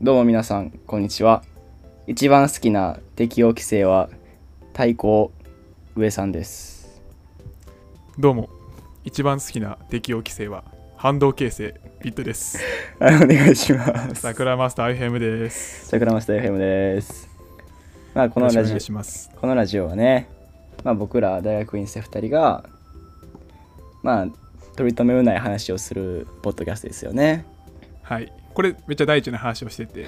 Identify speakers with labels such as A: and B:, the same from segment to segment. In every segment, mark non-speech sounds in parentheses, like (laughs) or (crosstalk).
A: どうも皆さん、こんにちは。一番好きな適応規制は、太鼓、上さんです。
B: どうも一番好きな適応規制は反動形成ビットです
A: (laughs) はい、お願いします。
B: 桜マスター FM です
A: 桜マスター FM です。まあ、この
B: よろしく
A: ラ
B: お
A: ジ
B: 願
A: オ
B: い、します
A: このラジオはね、まあ、僕ら大学院生2人が、まあ、取り留めもない話をするポッドキャストですよね。
B: はいこれめっちゃ大事な話をし
A: (laughs)
B: てて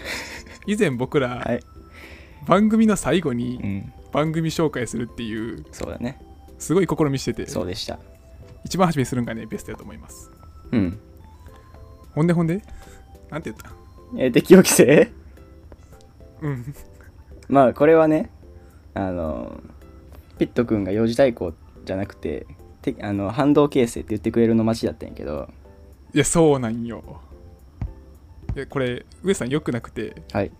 B: 以前僕ら、
A: はい
B: 番組の最後
A: う
B: に
A: ん、
B: 番組紹介するっていう
A: そうだね。
B: すごい試みしてて
A: そうでした。
B: 一番初めにするんがねベストだと思います
A: うん。
B: ほんでほんでなんて言った
A: えー適応規制
B: うん
A: まあこれはねあのピット君が幼児対抗じゃなくててあの反動形成って言ってくれるの待ちだったんやけど
B: いやそうなんよいやこれ上さんよくなくて
A: はい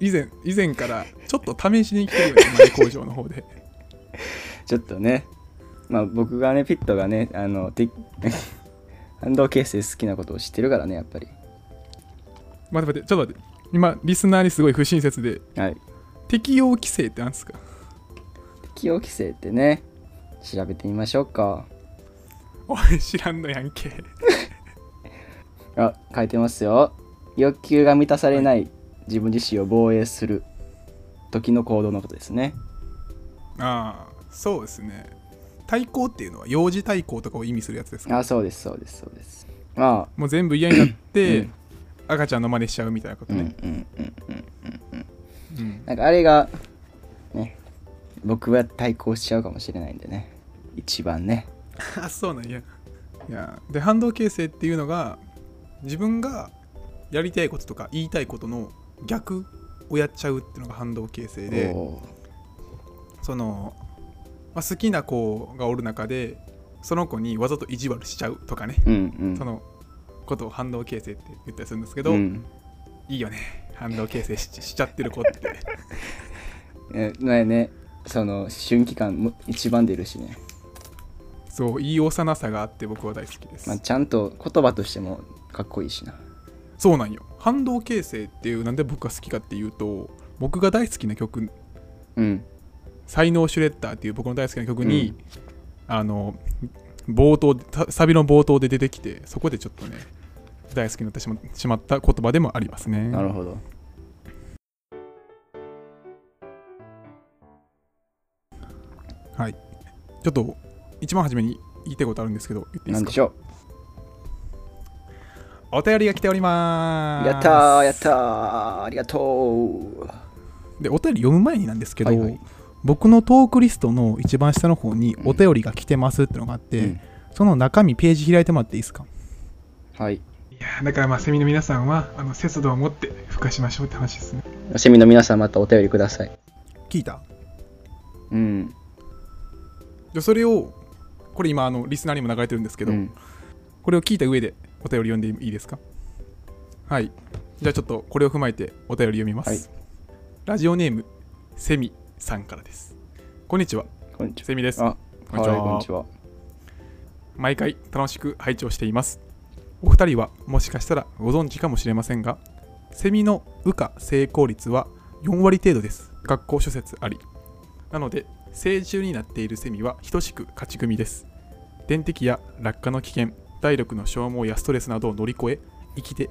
B: 以前以前からちょっと試しに来てるよね前工場の方で
A: ちょっとねまあ僕がねピットがねあのて (laughs) 反動形成好きなことを知ってるからねやっぱり
B: 待って待ってちょっと待って今リスナーにすごい不親切で
A: はい
B: 適用規制ってなんですか
A: 適応規制ってね調べてみましょうか
B: (laughs) おい知らんのやんけ
A: あ書いてますよ欲求が満たされない自分自身を防衛する時の行動のことですね
B: ああそうですね対抗っていうのは幼児対抗とかを意味するやつですか
A: あそうですそうですそうですまあ
B: もう全部嫌になって、
A: うん
B: 赤ちゃんの真似しちゃうみたいなこと
A: うん
B: ね、
A: うんうんうん
B: うん
A: なんかあれがね僕は対抗しちゃうかもしれないんでね一番ね
B: (laughs) あそうなんやいやで反動形成っていうのが自分がやりたいこととか言いたいことの逆をやっちゃうっていうのが反動形成で
A: お
B: その、まあ、好きな子がおる中でその子にわざと意地悪しちゃうとかね、
A: ーうんうん
B: そのことを反動形成って言ったりするんですけど、
A: うん
B: いいよね反動形成ししちゃってる子って
A: (laughs) え前ねその思春期感も一番出るしね、
B: そういい幼さがあって僕は大好きです、
A: まあ、ちゃんと言葉としてもかっこいいしな
B: そうなんよ反動形成っていうなんで僕が好きかっていうと僕が大好きな曲
A: うん
B: 「才能シュレッダー」っていう僕の大好きな曲に、あの冒頭たサビの冒頭で出てきてそこでちょっとね大好きになってしましまった言葉でもありますね
A: なるほど
B: ちょっと一番初めに言いたいことあるんですけど言っていいで
A: な
B: す
A: ん
B: か
A: でしょ
B: お便りが来ておりま
A: う
B: す
A: やったーやったーありがとう
B: でお便り読む前になんですけど、
A: はいはい
B: 僕のトークリストの一番下の方に
A: う
B: 「
A: ん
B: お便りが来てます」ってのがあって、
A: うん
B: その中身ページ開いてもらっていいですか
A: はい
B: いやだからまあセミの皆さんはあの節度を持って孵化しましょうって話ですね
A: セミの皆さんまたお便りください
B: 聞いた
A: うん
B: じゃそれをこれ今あのリスナーにも流れてるんですけど、
A: うん
B: これを聞いた上でお便り読んでいいですかはいじゃあちょっとこれを踏まえてお便り読みます、
A: はい
B: ラジオネームセミさんからですこんにちは
A: こんにち
B: セミです
A: はあ
B: こんにちは
A: はいこんにちは
B: 毎回楽しく拝聴していますお二人はもしかしたらご存知かもしれませんがセミの羽化成功率は4割程度です学校諸説ありなので成虫になっているセミは等しく勝ち組です電滴や落下の危険体力の消耗やストレスなどを乗り越え生きて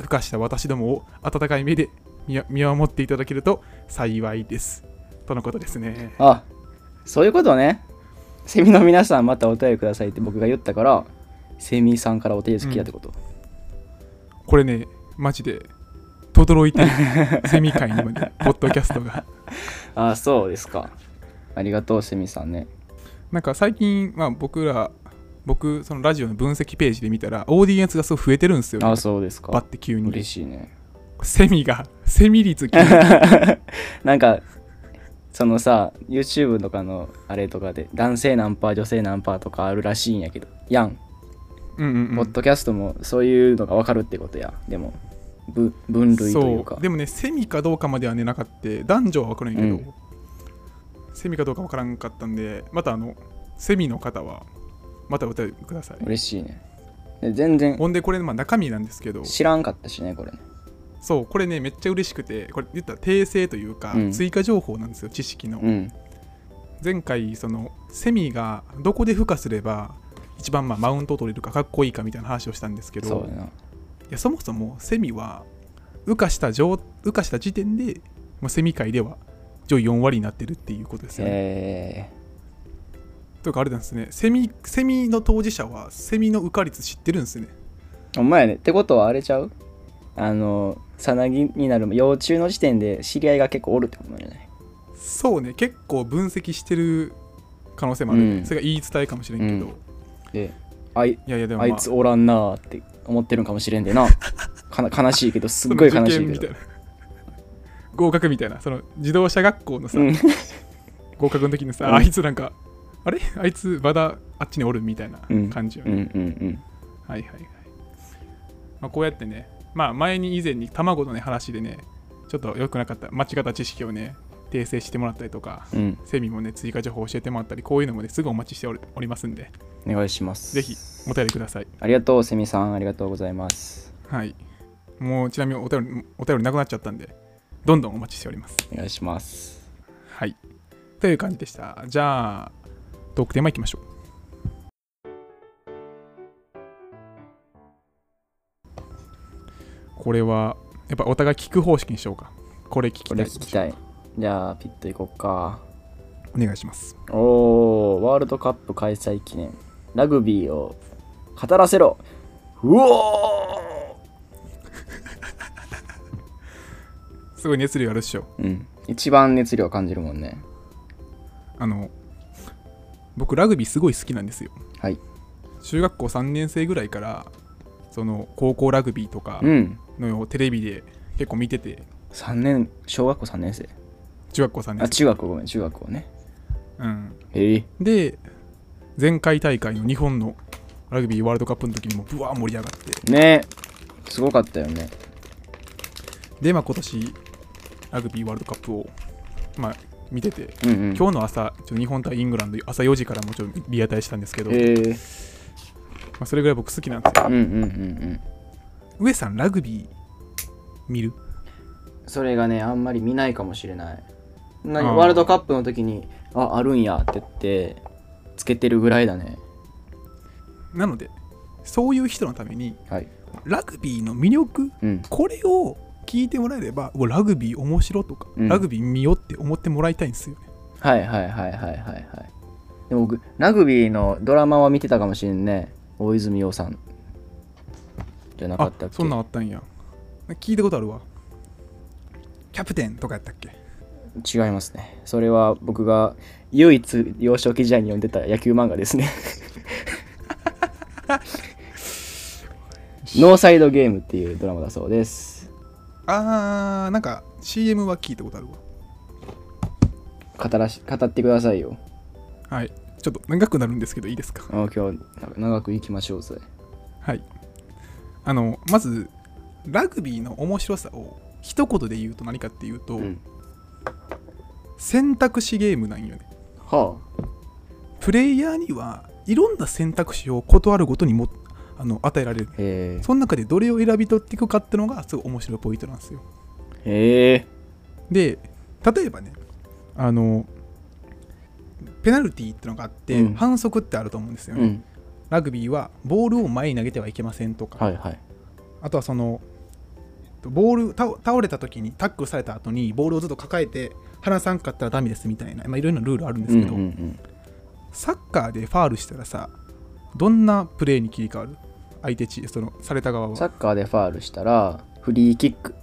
B: 孵化した私どもを温かい目で見や見守っていただけると幸いですとのことですね
A: あそういうことねセミの皆さんまたお便りくださいって僕が言ったからセミさんからお手付きだってこと、
B: これねマジでとどろいてるセミ界にもね
A: (laughs)
B: ポッドキャストが
A: あそうですかありがとうセミさんね
B: なんか最近、まあ、僕ら僕そのラジオの分析ページで見たらオーディエンスがすごい増えてるんですよ、ね
A: あ、そうです
B: バッ
A: か
B: て急に
A: 嬉しいね (laughs)
B: セミがセミ率急に
A: なんかそのさ YouTube とかのあれとかで男性何パー女性何パーとかあるらしいんやけどやん
B: うんうん、う
A: ポッ
B: ん、
A: ドキャストもそういうのが分かるってことやでもぶ分類という
B: そ
A: か
B: うでもねセミかどうかまではねなかった男女は分からんけど、
A: うん
B: セミかどうか分からんかったんでまたあのセミの方はまたお便りください
A: 嬉しいねで全然
B: ほんでこれ、まあ、中身なんですけど
A: 知らんかったしねこれね
B: そうこれねめっちゃ嬉しくてこれ言ったら訂正というか、
A: うん
B: 追加情報なんですよ知識の、
A: うん
B: 前回そのセミがどこで孵化すれば一番まあマウントを取れるかかっこいいかみたいな話をしたんですけ
A: そう
B: ど
A: やない
B: やそもそもセミは羽化した状羽化した時点で、まあ、セミ界では上位4割になってるっていうことですよね。
A: え
B: というかあれなんですねセミセミの当事者はセミの羽化率知ってるんですね。
A: ー、お前やねってことはあれちゃうあのさなぎになる幼虫の時点で知り合いが結構おるってことなんじゃない
B: そうね結構分析してる可能性もある、ね
A: うん
B: それが言い伝えかもしれんけど、
A: うん
B: い
A: であい
B: やいやでも、
A: あ
B: まあ、
A: いつおらんなーって思ってるんかもしれん
B: (laughs)
A: でなかな悲しいけどすっごい
B: その
A: 悲
B: 受
A: し
B: 験
A: い
B: みた
A: け
B: い
A: ど
B: な合格みたいなその自動車学校のさ、
A: うん
B: 合格の時にさ、
A: うん
B: あいつなんかあれあいつまだあっちにおるみたいな感じよ
A: う
B: ね、
A: んうん
B: はいはいはい、まあ、こうやってねまあ前に以前に卵のね話でねちょっと良くなかった間違った知識をね訂正してもらったりとか
A: うんうん
B: セミもね追加情報を教えてもらったりこういうのもねすぐお待ちしておりおりますんで
A: お願いします
B: ぜひお便りください
A: ありがとうセミさんありがとうございます
B: はいもうちなみにお便りお便りなくなっちゃったんでどんどんお待ちしております
A: お願いします
B: はい。という感じでした。じゃあ、トークテーマいきましょう。これは、やっぱお互い聞く方式にしようか。これ聞き
A: こ
B: たい
A: れ。聞きたいじゃあピット行こっか
B: お願いします。
A: おーワールドカップ開催記念ラグビーを語らせろうお
B: すごい熱量あるっしょ。
A: ーうん一番熱量感じるもんね
B: あの、僕、ラグビーすごい好きなんですよ。
A: はい
B: 中学校3年生ぐらいから、その、高校ラグビーとか
A: うん
B: のをテレビで結構見てて、
A: 3年小学校3年生
B: 中学校3
A: あ
B: 年生。
A: 中学校ごめん中学校ね
B: うん。
A: ええ
B: で前回大会の日本のラグビーワールドカップの時にもぶわー盛り上がって
A: ねすごかったよね
B: でまあ今年ラグビーワールドカップをまあ見てて
A: うんうん
B: 今日の朝ちょっと日本対イングランド朝4時からもちろんリアタイしたんですけど、ま
A: ええ
B: あ、それぐらい僕好きなんですよ
A: うんうんうんうん
B: 上さんラグビー見る
A: それがねあんまり見ないかもしれない
B: あ
A: 何
B: ー
A: ワールドカップの時にああるんやって言ってつけてるぐらいだね
B: なのでそういう人のために
A: はい
B: ラグビーの魅力
A: うん
B: これを聞いてもらえればうわラグビー面白とか、
A: うん
B: ラグビー見ようって思ってもらいたいんですよね
A: はいはいはいはいはいはいでも僕ラグビーのドラマは見てたかもしれんね大泉洋さんじゃなかったっけ
B: そんなんあったんや聞いたことあるわキャプテンとかやったっけ
A: 違いますねそれは僕が唯一幼少期時代に読んでた野球漫画です
B: (laughs)
A: ねノーサイドゲームっていうドラマだそうです
B: あーなんか CM は聞いたことあるわ
A: 語らし語ってくださいよ
B: はいちょっと長くなるんですけどいいですか (laughs)
A: あ今日長くいきましょうぜ
B: はいあのまずラグビーの面白さを一言で言うと何かっていうと、
A: うん
B: 選択肢ゲームなんよね
A: は
B: プレイヤーにはいろんな選択肢を断るごとにもあの与えられる
A: あへ
B: その中でどれを選び取っていくかってのがすごい面白いポイントなんですよ
A: えへえ
B: で例えばねあのペナルティーってのがあって、
A: うん
B: 反則ってあると思うんですよね、
A: うん
B: ラグビーはボールを前に投げてはいけませんとか、
A: はいはい
B: あとはそのボール倒倒れた時にタックルされた後にボールをずっと抱えて離さんかったらダメですみたいなまあいろいろなルールあるんですけど、
A: うんうんうん
B: サッカーでファールしたらさどんなプレーに切り替わる相手チそのされた側
A: サ
B: は
A: ッカーでファールしたらフリーキック、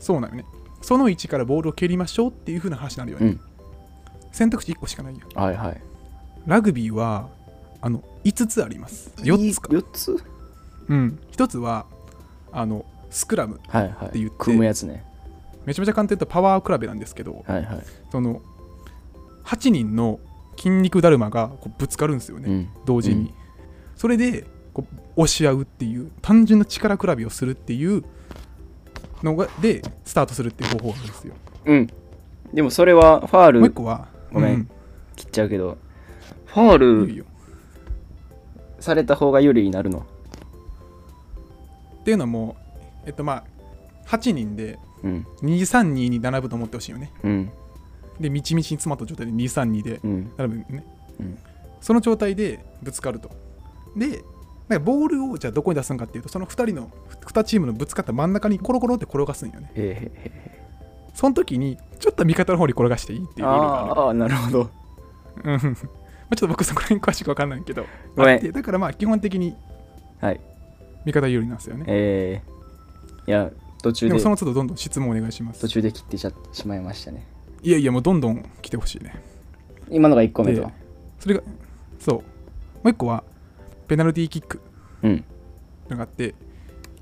B: そうなのねその位置からボールを蹴りましょうっていう風な話になるよね、
A: うん
B: 選択肢1個しかないよ
A: はいはい
B: ラグビーはあの5つあります4つか、
A: 4つ
B: うん、1つはあのスクラム
A: はいはい
B: て言って
A: 組むやつね
B: めちゃめちゃ簡単に言うとパワー比べなんですけど
A: はいはい、
B: その8人の筋肉だるまがこうぶつかるんですよね、
A: うん
B: 同時に、
A: うん
B: それでこう押し合うっていう単純な力比べをするっていうのがでスタートするっていう方法なんですよ
A: うん。でもそれはファー
B: もう1
A: ル
B: 個は
A: ごめん
B: う
A: 切っちゃうけど、ファー
B: いい
A: ル
B: よ
A: された方が有利になるの。
B: っていうのもえっとまあ8人で
A: うん
B: 232に並ぶと思ってほしいよね
A: うん
B: でみちみちに詰まった状態で232で
A: うん
B: 並ぶね、
A: うん
B: その状態でぶつかるとでなんかボールをじゃあどこに出すんかっていうとその2人の2チームのぶつかった真ん中にコロコロって転がすんよね
A: へえ
B: その時にちょっと味方の方に転がしていいっていうルールがある
A: あーあーなるほど
B: うん (laughs) まあちょっと僕そこら辺詳しく分かんないけど
A: ごめん
B: あってだからまあ基本的に
A: はい
B: 味方有利なんですよね
A: えー、いや途中
B: でも
A: で
B: その都度どんどん質問お願いします
A: 途中で切ってしゃしまいましたね
B: いやいやもうどんどん来てほしいね
A: 今のが1個目と
B: でそれがそうもう一個はペナルティーキック
A: うん
B: のがあって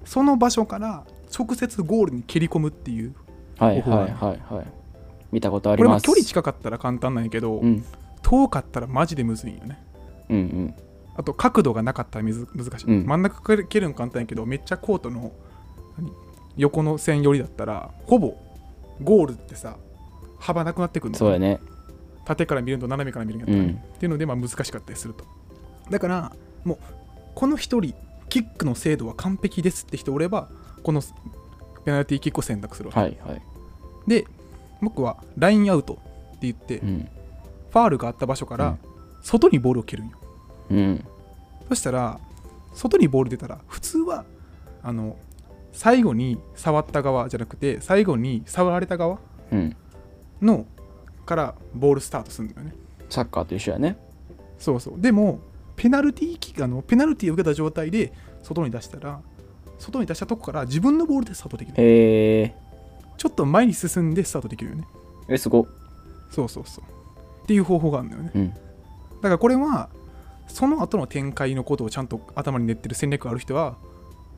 B: その場所から直接ゴールに蹴り込むっていう
A: はい
B: ここ
A: はい
B: が
A: はいはい見たことあ
B: こ
A: り
B: れま
A: ま
B: あ
A: す
B: 距離近かったら簡単なんやけど、
A: うん
B: 遠かったらマジでむずいんよね
A: うんうん
B: あと角度がなかったらむず難しい、
A: うん
B: 真ん中から蹴るの簡単やけどめっちゃコートの何横の線寄りだったらほぼゴールってさ幅なくなってくるの
A: そうやね
B: 縦から見るのと斜めから見るのと、
A: うん
B: っていうのでまあ難しかったりするとだからもうこの1人キックの精度は完璧ですって人おればこのペナルティーキックを選択するわけ、
A: はいはい
B: で僕はラインアウトって言って、
A: う
B: フ
A: ん
B: ァールがあった場所か
A: うん
B: ら外にボールを蹴るんよ、
A: うん
B: そしたら外にボール出たら普通はあの最後に触った側じゃなくて最後に触られた側
A: うん
B: のからボールスタートするんだよね
A: サッカーと一緒やね
B: そうそうでもペナルティーキックあのペナルティーを受けた状態で外に出したら外に出したとこから自分のボールでスタートできる
A: へえ
B: ちょっと前に進んでスタートできるよね
A: えすごっ
B: そうそうそうっていう方法があるんだよね
A: うん
B: だからこれはその後の展開のことをちゃんと頭に練ってる戦略がある人は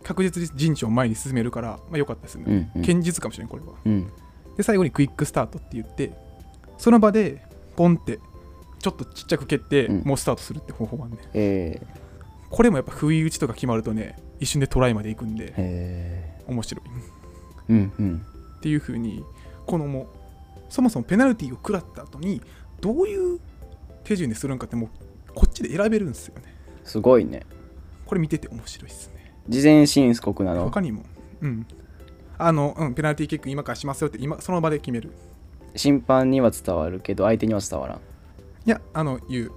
B: 確実に陣地を前に進めるから、まあ、良かったですね、
A: うんうん
B: 堅実かもしれないこれは
A: うん
B: で最後にクイックスタートって言ってその場でポンってちょっとちっちゃく蹴って、
A: うん
B: もうスタートするって方法があるね
A: えー
B: これもやっぱ不意打ちとか決まるとね一瞬でトライまで行くんで
A: へ
B: 面白い
A: ーうんうん
B: っていう風にこのもうそもそもペナルティーを食らった後にどういう手順にするんかってもうこっちで選べるんですよね
A: すごいね
B: これ見てて面白いですね
A: 事前申告なの
B: 他にも、うん、あの、うん、ペナルティーキック今からしますよって、今、その場で決める。
A: 審判には伝わるけど相手には伝わらん
B: いや、あの、言う、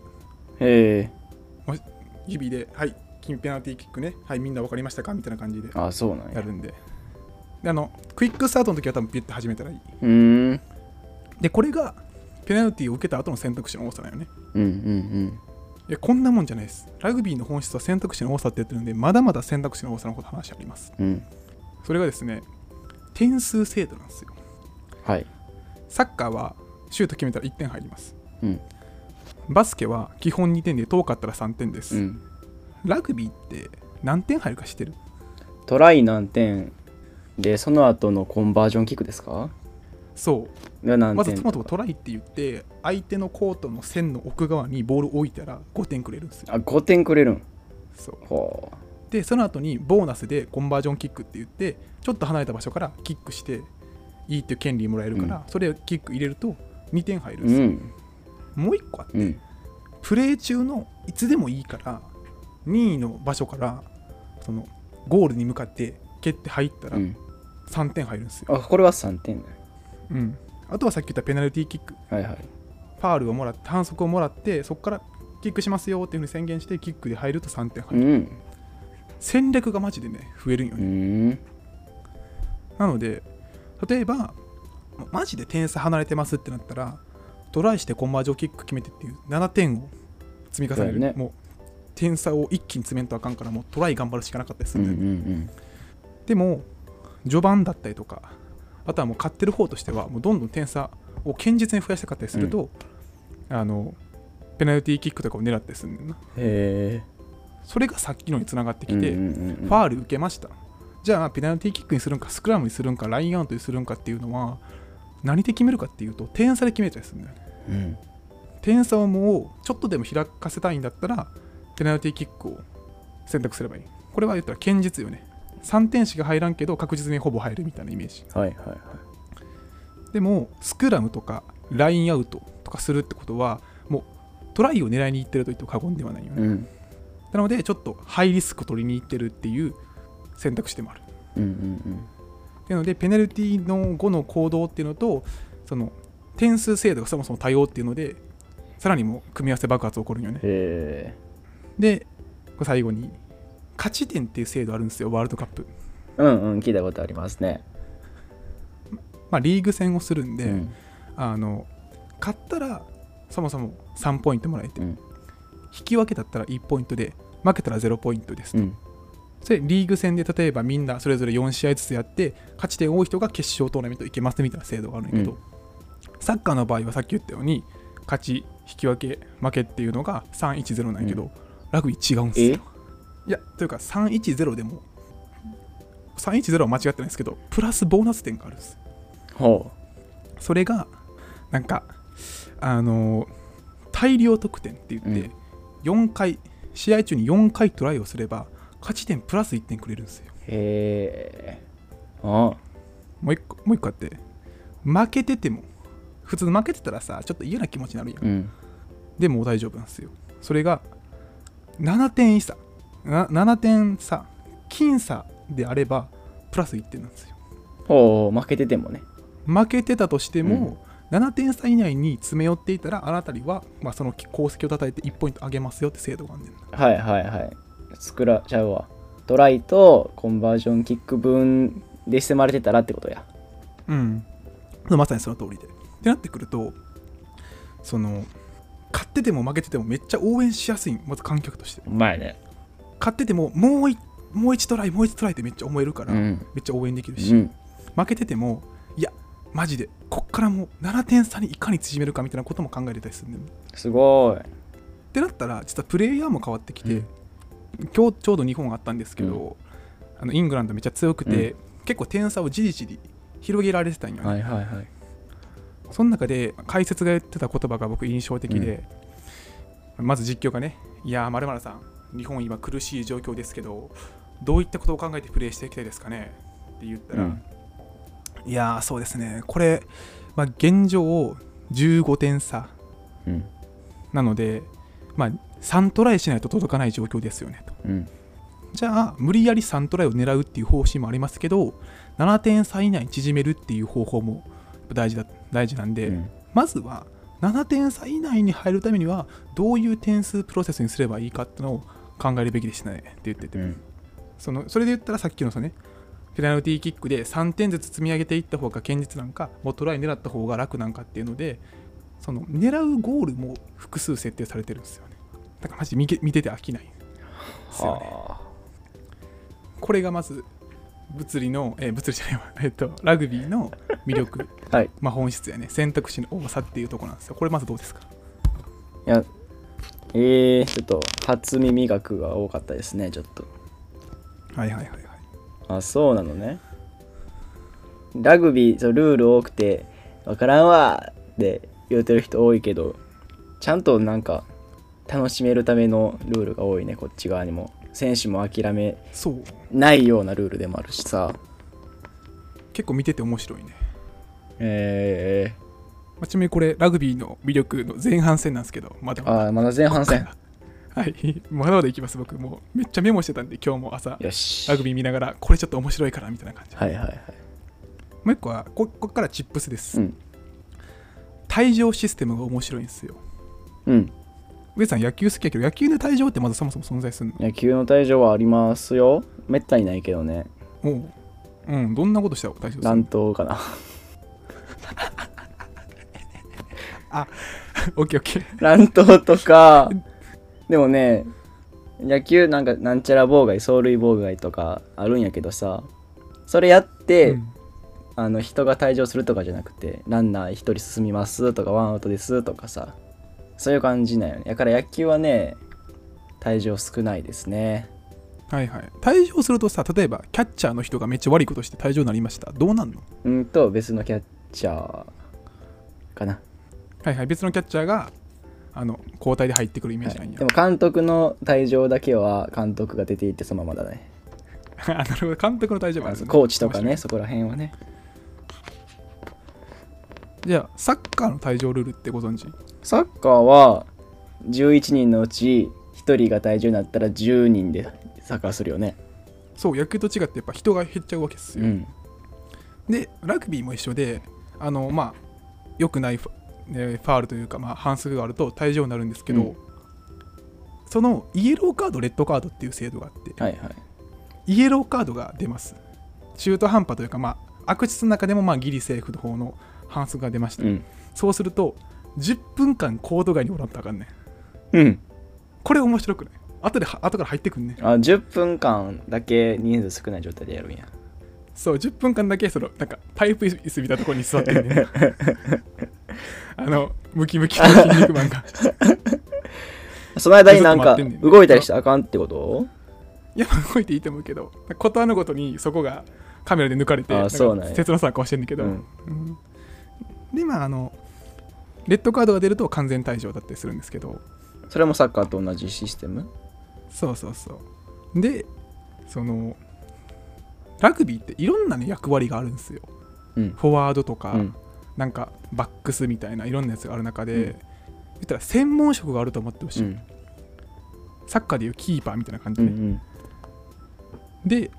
A: へえ
B: 指で、はい、君ペナルティーキックね、はい、みんな分かりましたかみたいな感じで
A: あそうなん
B: や
A: や
B: るんで。で、あの、クイックスタートの時は多分ピュッて始めたらいい。
A: うーん
B: で、これが、ペナルティーを受けた後の選択肢の多さだよね。
A: うんうん
B: いや、こんなもんじゃないです。ラグビーの本質は選択肢の多さって言ってるんで、まだまだ選択肢の多さのこと話あります。
A: うんうん
B: それがですね、点数制度なんですよ。
A: はい
B: サッカーは、シュート決めたら1点入ります。
A: うん
B: バスケは基本2点で遠かったら3点です、
A: うん
B: ラグビーって何点入るか知ってる
A: トライ何点でその後のコンバージョンキックですか
B: そ
A: が
B: う
A: 何
B: まず
A: 点
B: トマトはトライって言って相手のコートの線の奥側にボールを置いたら5点くれるんですよ
A: あ5点くれるん
B: そう
A: ほ
B: でその後にボーナスでコンバージョンキックって言ってちょっと離れた場所からキックしていいっていう権利もらえるから、それをキック入れると2点入る
A: うん
B: ですよ、
A: ん
B: もう1個あって、
A: うん
B: プレー中のいつでもいいから2位の場所からそのゴールに向かって蹴って入ったら
A: うん
B: 3点入るんですよ、
A: あこれは3点だ
B: うん、あとはさっき言ったペナルティーキック
A: はいはい
B: ファールをもらって反則をもらってそこからキックしますよっていうふうに宣言してキックで入ると3点入
A: う
B: る、
A: ん
B: 戦略がマジでね増えるんよ
A: う
B: ね、
A: ーん
B: なので例えばマジで点差離れてますってなったらトライしてコンバージョンキック決めてっていう7点を積み重ね
A: そ
B: る、
A: うやね
B: もう点差を一気に詰めんとあかんからもうトライ頑張るしかなかったりす
A: うんう
B: る
A: ん
B: ん
A: う
B: だよね、
A: ん
B: でも序盤だったりとかあとはもう勝ってる方としてはもうどんどん点差を堅実に増やしたかったりすると、あのペナルティーキックとかを狙ってするんだよな
A: へ
B: それがさっきのにつながって
A: え
B: きて、
A: フ
B: ファール受けましたじゃあペナルティーキックにするんかスクラムにするんかラインアウトにするんかっていうのは何で決めるかっていうと点差で決めたりするんだよね
A: うん
B: 点差をもうちょっとでも開かせたいんだったらペナルティーキックを選択すればいいこれは言ったら堅実よね3点しか入らんけど確実にほぼ入るみたいなイメージ
A: はいはいはい
B: でもスクラムとかラインアウトとかするってことはもうトライを狙いにいってると言っても過言ではないよね、
A: うん
B: なのでちょっとハイリスク取りにいってるっていう選択肢でもある
A: うんうん
B: っていうのでペナルティの後の行動っていうのとその点数制度がそもそも多様っていうのでさらにもう組み合わせ爆発起こるんよね
A: へ
B: でこれ最後に勝ち点っていう制度あるんですよワールドカップ、
A: えうんうん聞いたことありますね、
B: まあ、リーグ戦をするんで、
A: うん
B: あの勝ったらそもそも3ポイントもらえて、
A: うん
B: 引き分けだったら1ポイントで負けたら0ポイントです
A: う、ん
B: それリーグ戦で例えばみんなそれぞれ4試合ずつやって勝ち点多い人が決勝トーナメント行けますみたいな制度があるんやけ
A: う
B: ど、
A: ん
B: サッカーの場合はさっき言ったように勝ち引き分け負けっていうのが310なんやけど、
A: う
B: ラグビー違うんすよいやというか310でも310は間違ってないですけどプラスボーナス点があるんです
A: ほ
B: それがなんかあのー大量得点って言って、4回試合中に4回トライをすれば勝ち点プラス1点くれるんですよ
A: うへえあ
B: もう一個もう一個あって負けてても普通負けてたらさちょっと嫌な気持ちになるやん、
A: うん
B: でも大丈夫なんですよそれが7点以差な7点差僅差であればプラス1点なんですよ
A: ほう負けててもね
B: 負けてたとしても、7点差以内に詰め寄っていたらあなたには、まあ、その功績をたたえて1ポイント上げますよって制度があんねんな
A: はいはいはい作らちゃうわトライとコンバージョンキック分で迫まれてたらってことや
B: うんまさにその通りでってなってくるとその勝ってても負けててもめっちゃ応援しやすいんまず観客として
A: うまいね
B: 勝っててももういもう一トライもう一トライってめっちゃ思えるから、
A: う
B: め
A: ん
B: っちゃ応援できる
A: う
B: し、
A: ん
B: 負けててもいやマジでこっからもう7点差にいかに縮めるかみたいなことも考えれたりするんだよね
A: すごい
B: ってなったら実はプレイヤーも変わってきて、
A: うん
B: 今日ちょうど日本があったんですけど、あのイングランドめっちゃ強くて、結構点差をじりじり広げられてたんよね、
A: はいはいはい
B: その中で解説が言ってた言葉が僕印象的で、まず実況がね「いやー、まるさん日本今苦しい状況ですけどどういったことを考えてプレーしていきたいですかね?」って言ったら「
A: うん
B: いやーそうですねこれ、まあ、現状15点差
A: うん
B: なので、まあ、3トライしないと届かない状況ですよね」と。
A: うん
B: じゃあ無理やり3トライを狙うっていう方針もありますけど7点差以内に縮めるっていう方法もやっぱ大事だ大事なんで、
A: うん
B: まずは7点差以内に入るためにはどういう点数プロセスにすればいいかってのを考えるべきですねって言ってて、
A: うん
B: そのそれで言ったらさっきのさねペナルティーキックで3点ずつ積み上げていった方が堅実なんかもうトライ狙った方が楽なんかっていうのでその狙うゴールも複数設定されてるんですよねだからマジ見け見てて飽きないですよね
A: は
B: これがまず物理の、えー物理じゃないわ、 (laughs) えっと、ラグビーの魅力、 (laughs)
A: あはい
B: まあ、本質やね選択肢の多さっていうところなんですよこれまずどうですか
A: いやえー、ちょっと初耳学が多かったですねちょっと
B: はいはいはいはい
A: あそうなのねラグビーそうルール多くて「わからんわ」って言うてる人多いけどちゃんとなんか楽しめるためのルールが多いねこっち側にも選手も諦め
B: そう
A: ないようなルールでもあるしさ
B: 結構見てて面白いね、
A: え
B: まあ、ちなみにこれラグビーの魅力の前半戦なんですけどまだまだ
A: あまだ前半戦
B: (laughs) はいまだまだいきます僕もうめっちゃメモしてたんで今日も朝
A: よし
B: ラグビー見ながらこれちょっと面白いからみたいな感じ、
A: はいはいはい
B: もう一個はここっからチップスです、
A: うん
B: 退場システムが面白いんですよ
A: うん
B: 上さん野球好きやけど野球の退場ってまずそもそも存在するの
A: 野球の退場はありますよめったにないけどね
B: おううん、どんなことしたら大丈夫です (laughs)
A: 乱闘かな (laughs)
B: オッケーオッケー。
A: 乱闘とかでもね野球なんかなんちゃら妨害走塁妨害とかあるんやけどさそれやって、
B: うん
A: あの人が退場するとかじゃなくてランナー1人進みますとかワンアウトですとかさそういう感じなんよねだから野球はね退場少ないですね
B: はいはい。退場するとさ、例えばキャッチャーの人がめっちゃ悪いことして退場になりました。どうなんの
A: うんと別のキャッチャーかな
B: はいはい。別のキャッチャーがあの交代で入ってくるイメージなんや。
A: でも監督の退場だけは監督が出ていってそのままだね
B: (laughs) あなるほど。監督の退場もある、
A: コーチとか
B: 面
A: ねそこら辺はね
B: 白い。じゃあ、サッカーの退場ルールってご存知
A: サッカーは11人のうち1人が体重になったら10人でサッカーするよね。
B: そう、野球と違ってやっぱ人が減っちゃうわけです
A: う
B: よ。
A: ん。
B: でラグビーも一緒であのまあ良くないフ,、えーファールというか、まあ、反則があると退場になるんですけど、
A: うん
B: そのイエローカードレッドカードっていう制度があって
A: はいはい
B: イエローカードが出ます中途半端というか、まあ、悪質の中でもまあギリセーフの方の反則が出ました、
A: うん
B: そうすると10分間コート外におらんとあかんねん
A: うん
B: これ面白くない後では後から入ってくんねん
A: あ10分間だけ人数少ない状態でやるんや
B: そう10分間だけそのなんかパイプ椅子みたいなところに座ってる
A: (laughs)
B: ねあのムキムキの筋肉マンが
A: その間になん
B: ずっと待っ
A: か
B: てんねん
A: 動いたりしたらあかんってこと
B: いや動いていいと思うけどことあるごとにそこがカメラで抜かれて
A: あ
B: なんか
A: そうなんや
B: 切なさを顔してるんだけど、
A: うん
B: うんでまああのレッドカードが出ると完全退場だったりするんですけど
A: それもサッカーと同じシステム
B: そうそうそうでそのラグビーっていろんな、ね、役割があるんですよ
A: うん
B: フォワードとか、
A: うん
B: なんかバックスみたいないろんなやつがある中で、
A: うん
B: 言ったら専門職があると思ってほし
A: う
B: い、
A: ん
B: サッカーでいうキーパーみたいな感
A: う
B: じで、
A: ん
B: で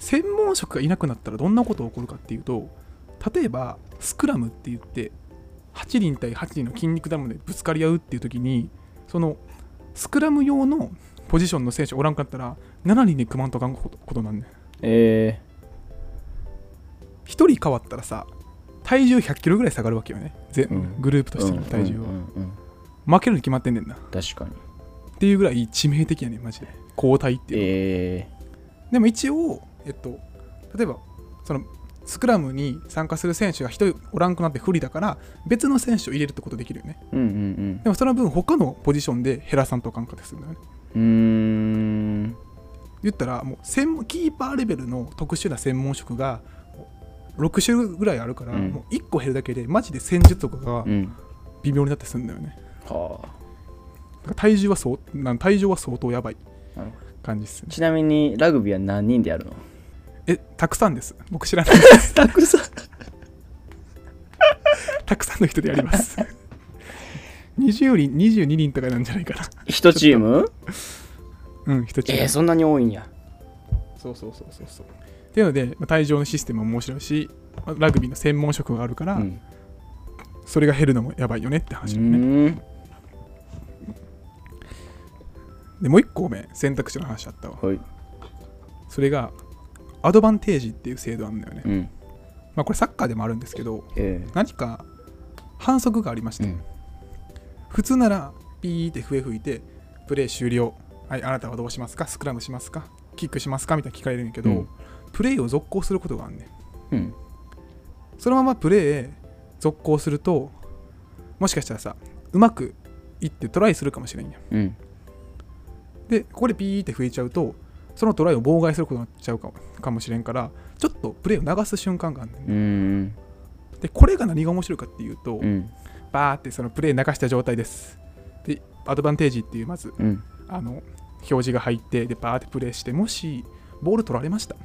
B: 専門職がいなくなったらどんなことが起こるかっていうと例えばスクラムって言って8人対8人の筋肉ダムでぶつかり合うっていう時にそのスクラム用のポジションの選手おらんかったら7人で組まんとあかんことことなんねん
A: え
B: 1人変わったらさ体重1 0 0キロぐらい下がるわけよね、ぜ
A: うん
B: グループと
A: ー
B: しての体重
A: うんう
B: は、
A: んうんうん
B: 負けるに決まってんねんな
A: 確かに
B: っていうぐらい致命的やねマジで交代っていうのは、
A: え
B: でも一応えっと例えばそのスクラムに参加する選手が1人おらんくなって不利だから別の選手を入れるってことできるよね
A: ーうんうん
B: でもその分他のポジションで減らさんとあかんかったりするんだよね
A: うんうーん
B: 言ったらもう専門キーパーレベルの特殊な専門職が6種ぐらいあるから、
A: うん
B: もう1個減るだけでマジで戦術とかが
A: うん
B: 微妙になってするんだよね、
A: はあ
B: だから体重はそうなん体重は相当やばい
A: なるほ
B: 感じですね
A: ちなみにラグビーは何人でやるの
B: えたくさんです僕知らないです
A: たくさん
B: たくさんの人でやります (laughs) 20人22人とかなんじゃないか
A: (laughs)
B: な
A: 一チーム
B: うん一チーム
A: えー、そんなに多いんや
B: そうそうそうそうそうっていうのでまあ退場のシステムも面白いしまあラグビーの専門職があるから、
A: うん
B: それが減るのもやばいよねって
A: う
B: 話だよね、
A: ーん
B: でもう一個目選択肢の話あったわ
A: はい
B: それがアドバンテージっていう制度なんだよね、
A: うん
B: まあこれサッカーでもあるんですけど
A: え
B: 何か反則がありまし
A: ー
B: て、普通ならピーって笛吹いてプレー終了はいあなたはどうしますかスクラムしますかキックしますかみたいな聞かれるんやけど、
A: うん
B: プレーを続行することがあんねん
A: うん
B: そのままプレー続行するともしかしたらさうまくいってトライするかもしれんや
A: うん
B: でここでピーって吹いちゃうとそのトライを妨害することになっちゃうかもかもしれんからちょっとプレーを流す瞬間があんねん
A: うーん
B: でこれが何が面白いかっていうと、
A: うん
B: バーってそのプレー流した状態ですでアドバンテージっていうまず
A: うん
B: あの表示が入ってでバーってプレイしてもしボール取られました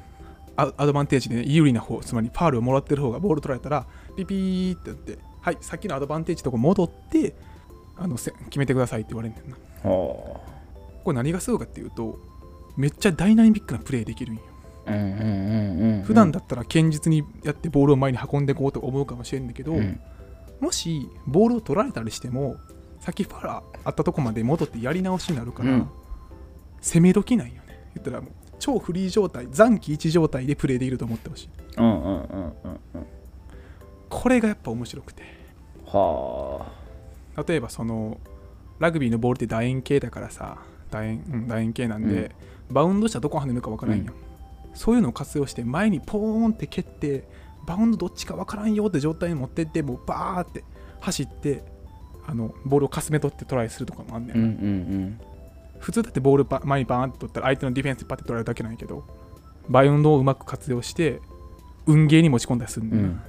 B: アアドバンテージで、ね、有利な方つまりファールをもらってる方がボール取られたらピピーってなってはいさっきのアドバンテージとこ戻ってあのせ決めてくださいって言われるんだよな
A: は
B: これ何がすごいかっていうとめっちゃダイナミックなプレーできるんよ
A: あうんうんうんうんうん
B: 普段だったら堅実にやってボールを前に運んでいこうと思うかもしれんだけど、
A: うん
B: もしボールを取られたりしてもさっきファールあったとこまで戻ってやり直しになるから、
A: うん
B: 攻め時なんよね言ったらもう超フリー状態残機一状態でプレーできると思ってほしい
A: うんうんうんうんうん
B: これがやっぱ面白くて
A: はあ
B: 例えばそのラグビーのボールって楕円形だからさ楕円,、うん、楕円形なんで、バウンドしたらどこ跳ねるかわからんよ、そういうのを活用して前にポーンって蹴ってバウンドどっちかわからんよって状態に持ってってもうバーって走ってあのボールをかすめ取ってトライするとかもあんねん
A: うんうん
B: 普通だってボールば前にバーンって取ったら相手のディフェンスにパッて取られるだけなんやけどバイオンドをうまく活用して運ゲーに持ち込んだりするん
A: う
B: だ
A: んう
B: よ
A: ん
B: な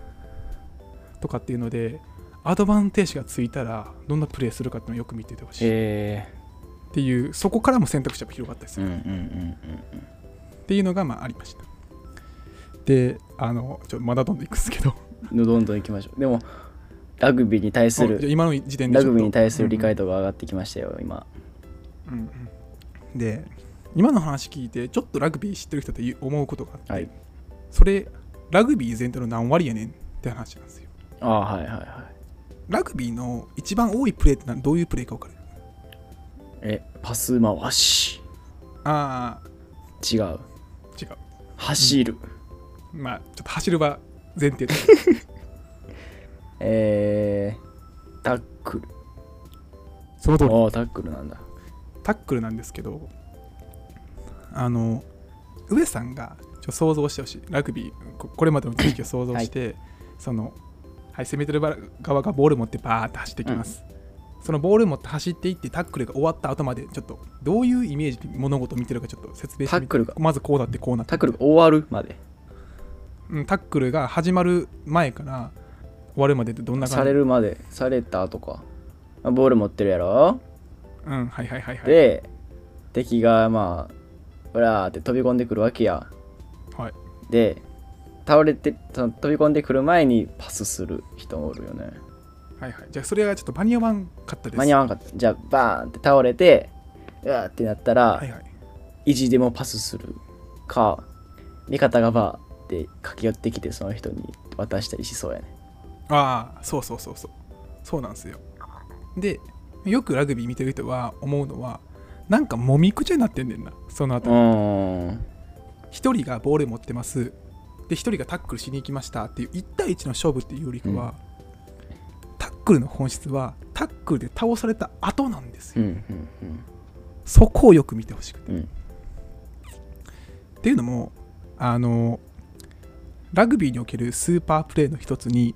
B: とかっていうのでアドバンテージがついたらどんなプレーするかっていうのをよく見ててほしいっ
A: え
B: ていうそこからも選択肢が広がったりす
A: ーうん
B: る
A: うん
B: っていうのがまあありましたであのちょまだどんどんいくんですけど
A: うんうんどんどん行きましょうでもラグビーに対す
B: じゃあ
A: る
B: (laughs) 今の時点で
A: ラ
B: ちょっと
A: グビーに対する理解度が上がってきましたよ今
B: うんうんうんで今の話聞いてちょっとラグビー知ってる人って思うことがあって、
A: はい
B: それラグビー全体の何割やねんって話なんですよ
A: ああはいはいはい
B: ラグビーの一番多いプレーってなどういうプレーか分かる
A: えパス回し
B: ああ
A: 違う
B: 違う
A: 走る、
B: まあちょっと走る場前提で
A: えー、タックル
B: (laughs) その通り
A: ああタックルなんだ
B: タックルなんですけどあの上さんがちょっと想像してほしいラグビーここれまでの知識を想像して、その、はい、攻めてる側がボール持ってバーッと走ってきます、そのボール持って走っていってタックルが終わった後までちょっとどういうイメージで物事を見てるかちょっと説明して
A: タ
B: みて
A: ックルが
B: まずこうなってこうなって
A: タックルが終わるまで
B: うんタックルが始まる前から終わるまでってどんな感じ
A: されるまでされたとかまあボール持ってるやろ
B: うんはいはいはいはい
A: で敵がまあほらーって飛び込んでくるわけや
B: はい
A: で倒れてその飛び込んでくる前にパスする人もおるよね
B: はいはいじゃあそれがちょっと間に合わんかったです
A: 間に合わんかったじゃあバーンって倒れてうわーってなったら、
B: はいはい
A: 意地でもパスするか味方がバーって駆け寄ってきてその人に渡したりしそうやね
B: ああそうそうそうそうそうなんですよでよくラグビー見てる人は思うのはなんかもみくちゃになってんねんなその
A: う
B: 後
A: ーん
B: 一人がボール持ってますで一人がタックルしに行きましたっていう1対1の勝負っていうよりかは、タックルの本質はタックルで倒された後なんです
A: う
B: よ、
A: んうん
B: そこをよく見てほしくて
A: うんうん
B: っていうのもあのラグビーにおけるスーパープレーの一つに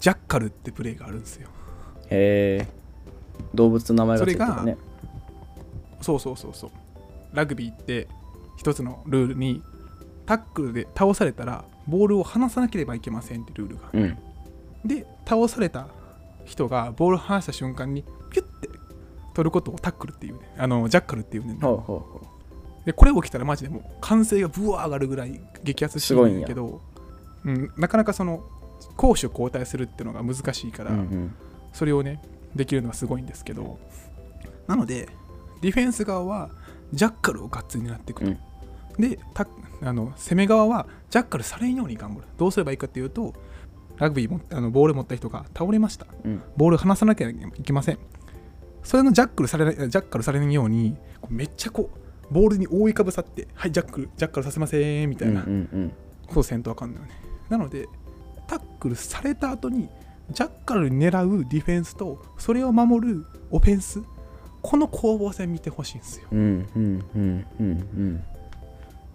B: ジャッカルってプレーがあるんですよ
A: へえ動物の名前がついてるね
B: そうそうそうそうラグビーって一つのルールにタックルで倒されたらボールを離さなければいけませんってルールが
A: うん
B: で倒された人がボールを離した瞬間にピュッて取ることをタックルっていうねあのジャッカルっていうね
A: ほうほうほ
B: でこれ起きたらマジでもう歓声がブワー上がるぐらい激アツしてるんだけどうん、なかなかその攻守交代するっていうのが難しいから、
A: う、うんうん、
B: それをねできるのはすごいんですけどなのでディフェンス側はジャッカルをがっつり狙っていく
A: う
B: と、
A: ん
B: でタあの攻め側はジャッカルされんように頑張るどうすればいいかっていうとラグビーもあのボール持った人が倒れました
A: うん
B: ボール離さなきゃいけませんそれのジャッカルされないジャッカルされないようにこうめっちゃこうボールに覆いかぶさってはいジャックルジャッカルさせませんみた
A: う
B: い
A: ん
B: な
A: うん
B: ことせんとあかんのよねなのでタックルされた後にジャッカルに狙うディフェンスとそれを守るオフェンスこの攻防戦見てほしいんですよ
A: うんうんうんうんうん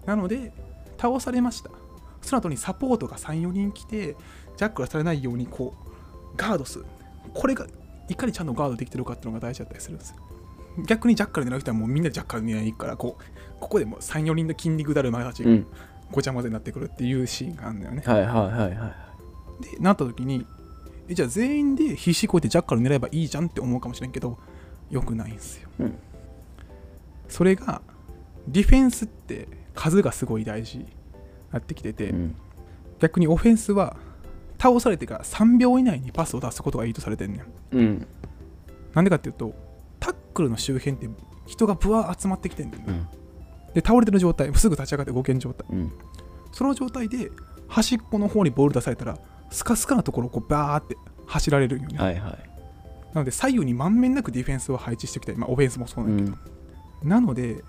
B: なので倒されましたその後にサポートが34人来てジャックルされないようにこうガードするこれがいかにちゃんとガードできてるかっていうのが大事だったりするんですよ逆にジャッカル狙う人はもうみんなジャッカル狙いに行くからこうここでもう34人の筋肉だるまたち
A: う
B: が
A: ん
B: ごちゃ混ぜになってくるっていうシーンがあるんだよね、
A: はいはいはいはい
B: でなった時にえじゃあ全員で必死こいてジャッカル狙えばいいじゃんって思うかもしれんけどよくないんですよ、
A: うん
B: それがディフェンスって数がすごい大事になってきてて、
A: うん
B: 逆にオフェンスは倒されてから3秒以内にパスを出すことがいいとされてんねん
A: うん
B: なんでかっていうとタックルの周辺って人がぶわー集まってきてんねん
A: う
B: な、
A: ん
B: で倒れてる状態すぐ立ち上がって動けん状態
A: うん
B: その状態で端っこの方にボール出されたらスカスカなところをこうバーって走られるんよね、
A: はいはい
B: なので左右にまんべんなくディフェンスを配置してきたり、まあ、オフェンスもそう
A: う
B: なんだけ
A: ん
B: ど、なので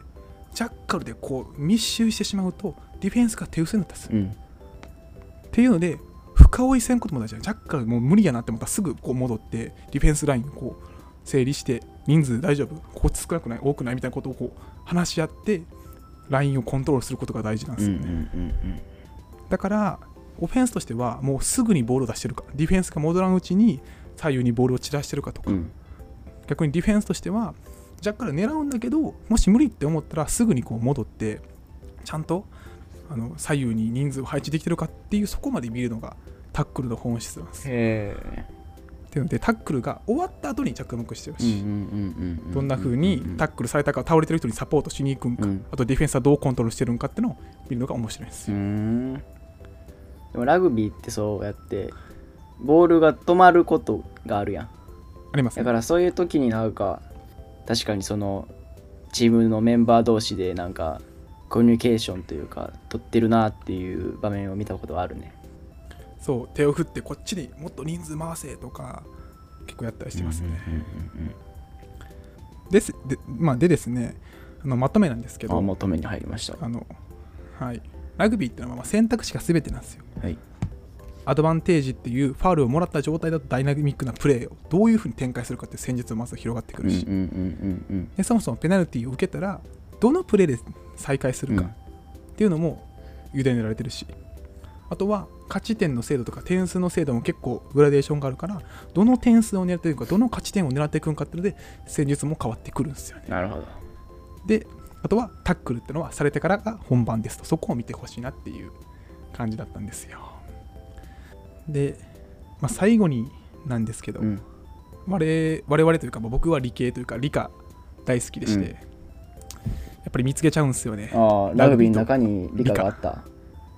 B: ジャッカルでこう密集してしまうとディフェンスが手薄になったりする、
A: うん
B: っていうので深追いせんことも大事だジャッカルもう無理やなって思ったらすぐこう戻ってディフェンスラインをこう整理して人数大丈夫こっち少なくない多くないみたいなことをこう話し合ってラインをコントロールすることが大事なんで
A: うんう
B: す
A: ん
B: よね、
A: うん
B: だからオフェンスとしてはもうすぐにボールを出してるかディフェンスが戻らんうちに左右にボールを散らしてるかとか、
A: うんうん
B: 逆にディフェンスとしてはジャッカル狙うんだけどもし無理って思ったらすぐにこう戻ってちゃんとあの左右に人数を配置できてるかっていうそこまで見るのがタックルの本質なんです。っ
A: へ
B: ていうのでタックルが終わった後に着目してる
A: え
B: し、どんな風にタックルされたか倒れてる人にサポートしに行くんか、
A: うん
B: あとディフェンスはどうコントロールしてるんかっていうのを見るのが面白いんです
A: うー
B: よ。
A: んでもラグビーってそうやってボールが止まることがあるやん
B: あります
A: だ
B: ね。
A: からそういう時になんか確かにそのチームのメンバー同士でなんかコミュニケーションというか取ってるなっていう場面を見たことはあるね
B: そう手を振ってこっちにもっと人数回せとか結構やったりしてますね、
A: うんうん
B: ですで,、まあ、でですねあのまとめなんですけ
A: うんうん、あ
B: ど
A: もう止めに入りました
B: あの、はい、ラグビーってのはまあ選択肢が全てなんですよ
A: はい
B: アドバンテージっていうファウルをもらった状態だとダイナミックなプレーをどういうふうに展開するかっていう戦術もまず広がってく
A: うん
B: る
A: うん
B: し、
A: うんうんうん
B: でそもそもペナルティを受けたらどのプレーで再開するか
A: うん
B: っていうのも委ねられてるしあとは勝ち点の制度とか点数の制度も結構グラデーションがあるからどの点数を狙っていくかどの勝ち点を狙っていくのかっていうので戦術も変わってくるんですよね
A: なるほど
B: であとはタックルってのはされてからが本番ですとそこを見てほしいなっていう感じだったんですよで、まあ、最後になんですけど、
A: うん
B: 我我々というか、まあ僕は理系というか理科大好きでして、
A: うん
B: やっぱり見つけちゃうんですよね
A: ああラグビーの中に理科があった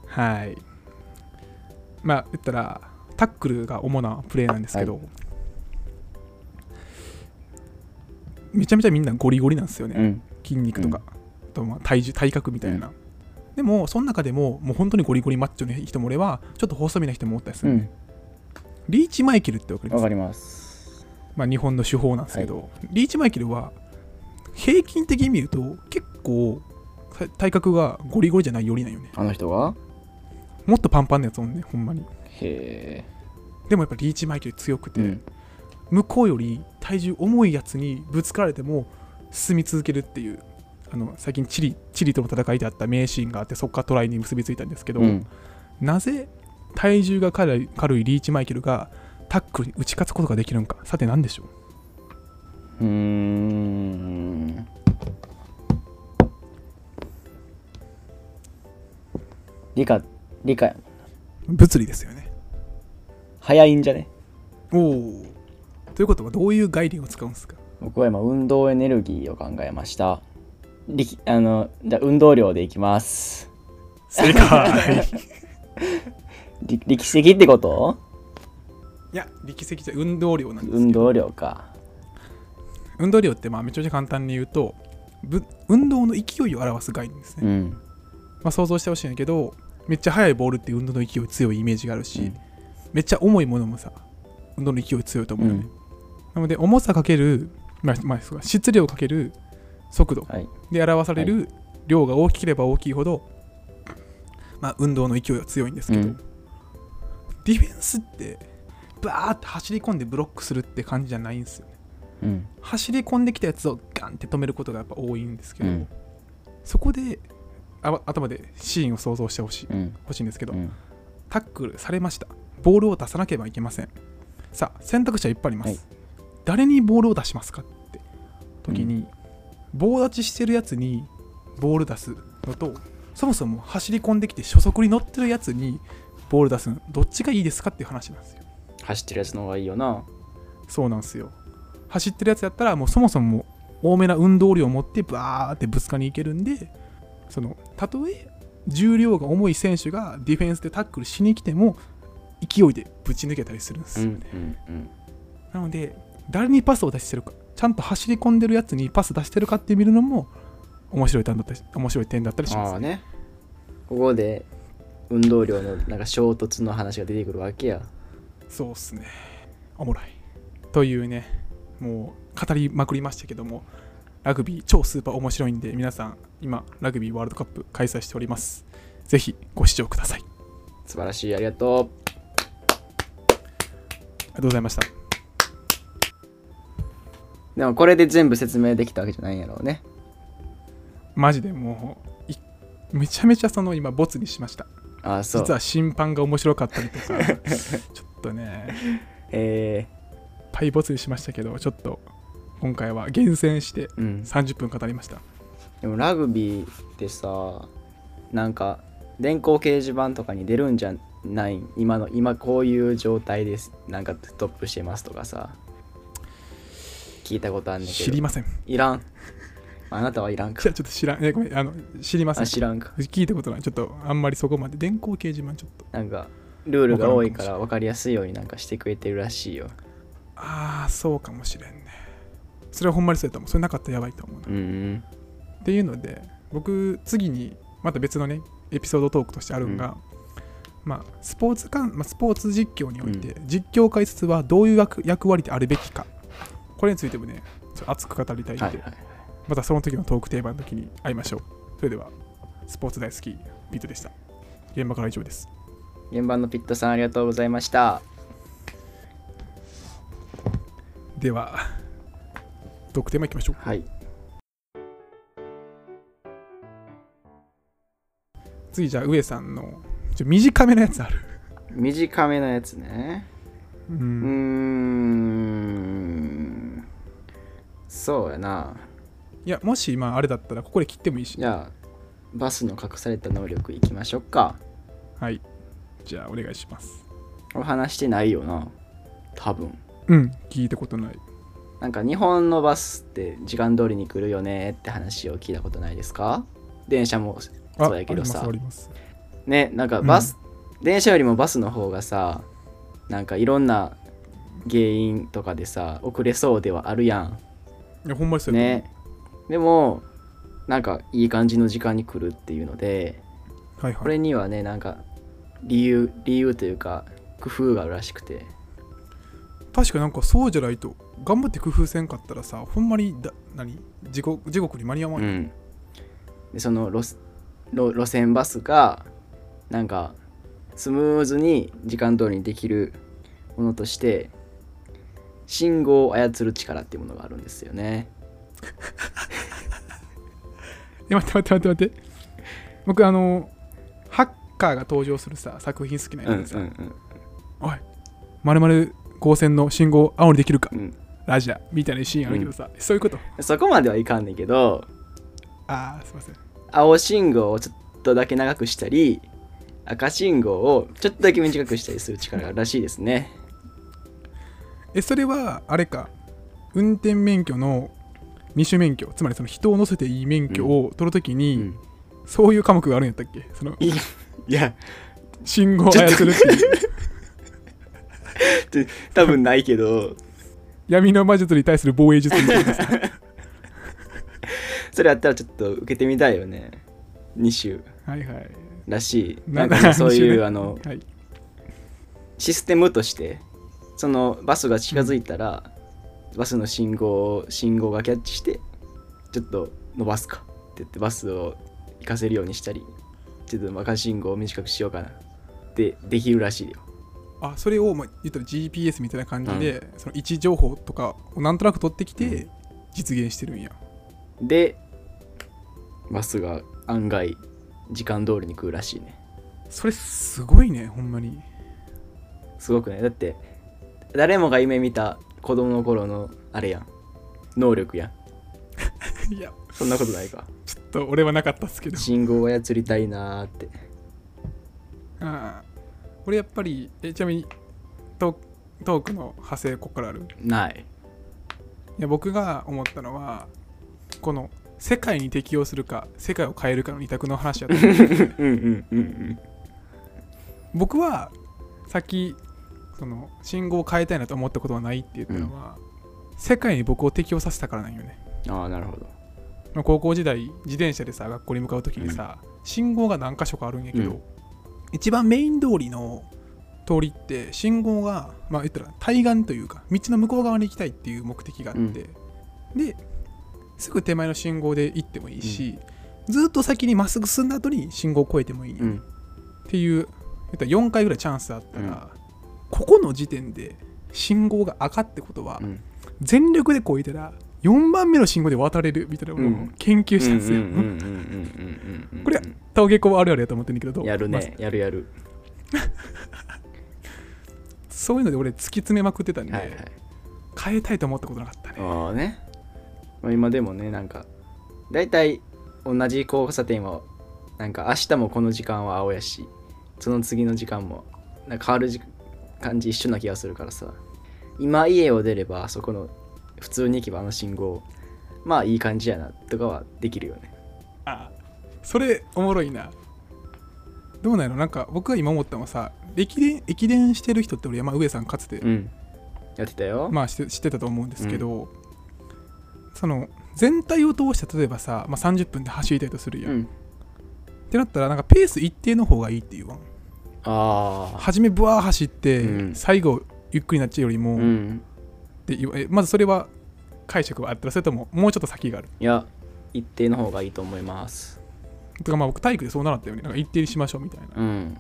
B: はいまあ言ったらタックルが主なプレーなんですけど、めちゃめちゃみんなゴリゴリなんですよね、
A: うん
B: 筋肉とか、あとまあ体重体格みたいな、でもその中でももう本当にゴリゴリマッチョの人もおればちょっと細身な人もおったりす
A: う
B: る、
A: ん
B: リーチマイケルってわかりま
A: わ
B: す
A: かります
B: まあ、日本の手法なんですけど、リーチマイケルは平均的に見ると結構た体格がゴリゴリじゃないよりなんよね
A: あの人が
B: もっとパンパンなやつおんねほんまに
A: へ
B: でもやっぱリーチマイケル強く
A: え、
B: て、
A: うん、
B: 向こうより体重重いやつにぶつかられても進み続けるっていうあの最近チリチリとの戦いであった名シーンがあってそこからトライに結びついたんですけど、
A: うん
B: なぜ体重が軽い軽いリーチマイケルがタックルに打ち勝つことができるのかさて何でしょ
A: うー
B: う
A: ん理科理科や
B: 物理ですよね
A: 早いんじゃね
B: おおということはどういう概念を使うんですか
A: 僕は今運動エネルギーを考えました力あのじゃあ運動量でいきます
B: 正解
A: り力士的ってこと
B: いや力石じゃ運動量なんです
A: 運
B: けど
A: 動量か
B: 運動量ってまあめちゃめちゃ簡単に言うとぶ運動の勢いを表す概念ですね、
A: うん
B: まあ、想像してほしいんやけどめっちゃ速いボールって運動の勢い強いイメージがあるし、
A: うん
B: めっちゃ重いものもさ運動の勢い強いと思うよね、なので重さかける、まあまあ、そうか質量かける速度
A: はい
B: で表される量が大きければ大きいほど、まあ、運動の勢いは強いんですけど、
A: うん
B: ディフェンスってバーって走り込んでブロックするって感じじゃないんですよね
A: うん
B: 走り込んできたやつをガンって止めることがやっぱ多いんですけ
A: う
B: ど、
A: ん
B: そこであ頭でシーンを想像してほしい
A: うん
B: 欲しいんですけど、
A: うん
B: タックルされましたボールを出さなければいけませんさあ選択肢はいっぱいあります、
A: はい
B: 誰にボールを出しますかって時に、棒立ちしてるやつにボール出すのとそもそも走り込んできて初速に乗ってるやつにボール出すのどっちがいいですかっていう話なんですよ
A: 走ってるやつの方がいいよな
B: そうなんですよ走ってるやつやったらもうそもそも多めな運動量を持ってバーってぶつかりにいけるんでそのたとえ重量が重い選手がディフェンスでタックルしに来ても勢いでぶち抜けたりするんですよね、
A: うん
B: なので誰にパスを出してるかちゃんと走り込んでるやつにパス出してるかって見るのも面白い点だったり面白い点だったりします
A: ああねここで運動量のなんか衝突の話が出てくるわけや
B: そうっすね。おもろい。というね、もう語りまくりましたけども、ラグビー超スーパー面白いんで、皆さん、今、ラグビーワールドカップ開催しております。ぜひご視聴ください。あ
A: 素晴らしいありがと
B: りがとうございました。
A: うでもこれで全部説明できたわけじゃないんやろうね
B: マジでもう、いめちゃめちゃその今、ボツにしました。
A: ああそう
B: 実は審判が面白かったりと
A: (laughs)
B: か、ちょっとね、
A: え
B: パイボツにしましたけど、ちょっと今回は厳選して
A: ー、うん
B: 30分語りました。
A: でもラグビーってさなんか電光掲示板とかに出るんじゃない今の今こういう状態ですなんかトップしてますとかさ聞いたことあんねんけ
B: 知
A: ど
B: りません。い
A: いらんあなたはいらんか
B: や、ちょっと知らん。えごめん、あの、知りません
A: あ。知らんか
B: 聞いたことないちょっとあんまりそこまで電光掲示板ちょっと
A: なんかルールが多いから分かりやすいようになんかしてくれてるらしいよ
B: ああそうかもしれんねそれはほんまにそうやと思うそれなかったらやばいと思うな、
A: うんうん
B: っていうので僕次にまた別のねエピソードトークとしてあるんが、まあ、スポーツ観、まあ、スポーツ実況において、実況解説はどういう役役割であるべきかこれについてもねちょっと熱く語りたいんで、
A: はいはい
B: またその時のトークテーマの時に会いましょうそれではスポーツ大好きビートでした現場からは以上です
A: 現場のピットさんありがとうございました
B: ではトークテーマいきましょう
A: はい
B: 次じゃあ上さんのちょ短めのやつある
A: 短めのやつね
B: う
A: うー
B: ん
A: んそうやない
B: やもし今あれだったらここで切ってもいいし
A: じゃあバスの隠された能力いきましょうか
B: はいじゃあお願いします
A: お話してないよな多分
B: うん聞いたことない
A: なんか日本のバスって時間通りに来るよねって話を聞いたことないですか電車も
B: あ
A: そうやけどさ
B: ありますあり
A: ねなんかバス、電車よりもバスの方がさなんかいろんな原因とかでさ遅れそうではあるやん
B: ますいやほんまにそうや
A: ねでもなんかいい感じの時間に来るっていうので
B: はいはい
A: これにはねなんか理由理由というか工夫があるらしくて
B: 確かなんかそうじゃないと頑張って工夫せんかったらさほんまにだ何地獄地獄に間に合わ
A: う
B: ない、
A: ん、でその路路路線バスがなんかスムーズに時間通りにできるものとして信号を操る力っていうものがあるんですよね。
B: え待って待って待って待って僕あのハッカーが登場するさ作品好きなん
A: う
B: や
A: ん
B: けどさ、
A: うんうん
B: まるまる光線の信号青にできるか、
A: うん
B: ラジャーみたいなシーンあるけどさ、そういうこと
A: そこまではいかんねんけど
B: ああすいません
A: 青信号をちょっとだけ長くしたり赤信号をちょっとだけ短くしたりする力があるらしいですね。
B: えそれはあれか運転免許の二種免許つまりその人を乗せていい免許を取るときに、
A: うん
B: そういう科目があるんやったっけその
A: いいや
B: 信号を操るっていう
A: 多分ないけど
B: (laughs) 闇の魔術に対する防衛術みたいなさ
A: それやったらちょっと受けてみたいよね2週。
B: はい
A: (laughs)
B: はい
A: らしいなんかそう
B: なん
A: い
B: でしょ
A: う
B: ね
A: あの
B: はい、
A: システムとしてそのバスが近づいたら、バスの信号を信号がキャッチしてちょっと伸ばすかって言ってバスを行かせるようにしたりちょっと赤信号を短くしようかなってできるらしいよ
B: あそれを、まあ、言ったら GPS みたいな感じで、その位置情報とかをなんとなく取ってきて、
A: うん
B: 実現してるんや
A: でバスが案外時間通りに来るらしいね
B: それすごいねほんまに
A: すごくねだって誰もが夢見た子供の頃のあれやん能力やん
B: いや
A: そんなことないか
B: ちょっと俺はなかったっすけど
A: 信号を操りたいなーって
B: ああ俺やっぱりえちなみにトートークの派生こっからある
A: ない
B: いや僕が思ったのはこの世界に適応するか世界を変えるかの二択の話やっ
A: (laughs)
B: た
A: うんうんうんうん
B: 僕はさっきその信号を変えたいなと思ったことはないって言ったのは、世界に僕を適応させたからなんよね
A: ああなるほど
B: まあ高校時代自転車でさ学校に向かう時にさ、信号が何箇所かあるんやけど、
A: うん
B: 一番メイン通りの通りって信号がまあ言ったら対岸というか道の向こう側に行きたいっていう目的があって、
A: うん
B: ですぐ手前の信号で行ってもいいし、ずっと先にまっすぐ進んだ後に信号を越えてもいいね、
A: うん
B: っていう言ったら4回ぐらいチャンスあったら、ここの時点で信号が赤ってことは、
A: うん
B: 全力でこいたら4番目の信号で渡れるみたいなものを研究したんですよ。これ陶芸工あるあるやと思ってんだけどどう
A: やる
B: まあ
A: ねやるやる
B: そういうので俺突き詰めまくってたんで、
A: はいはい
B: 変えたいと思ったことなかったね
A: ああねまあ今でもねなんか大体同じ交差点はなんか明日もこの時間は青やしその次の時間もなんか変わるじ感じ一緒な気がするからさ今家を出ればあそこの普通に行けばあの信号まあいい感じやなとかはできるよね
B: あそれおもろいなどうなのなんか僕が今思ったのはさ駅伝駅伝してる人って俺山上さんかつて、
A: うんやってたよ、
B: まあして知ってたと思うんですけど、その全体を通して例えばさ、まあ、30分で走りたいとするやん、
A: う
B: っ
A: ん
B: てなったらなんかペース一定の方がいいっていうわ
A: ああ
B: 初めブワー走って、
A: うん
B: 最後ゆっくりなっちゃうよりも、
A: うん
B: でいわえまずそれは解釈はあったらそれとももうちょっと先がある
A: いや一定の方がいいと思います
B: とかまあ僕体育でそう習ったよねなんか一定にしましょうみたいな
A: うん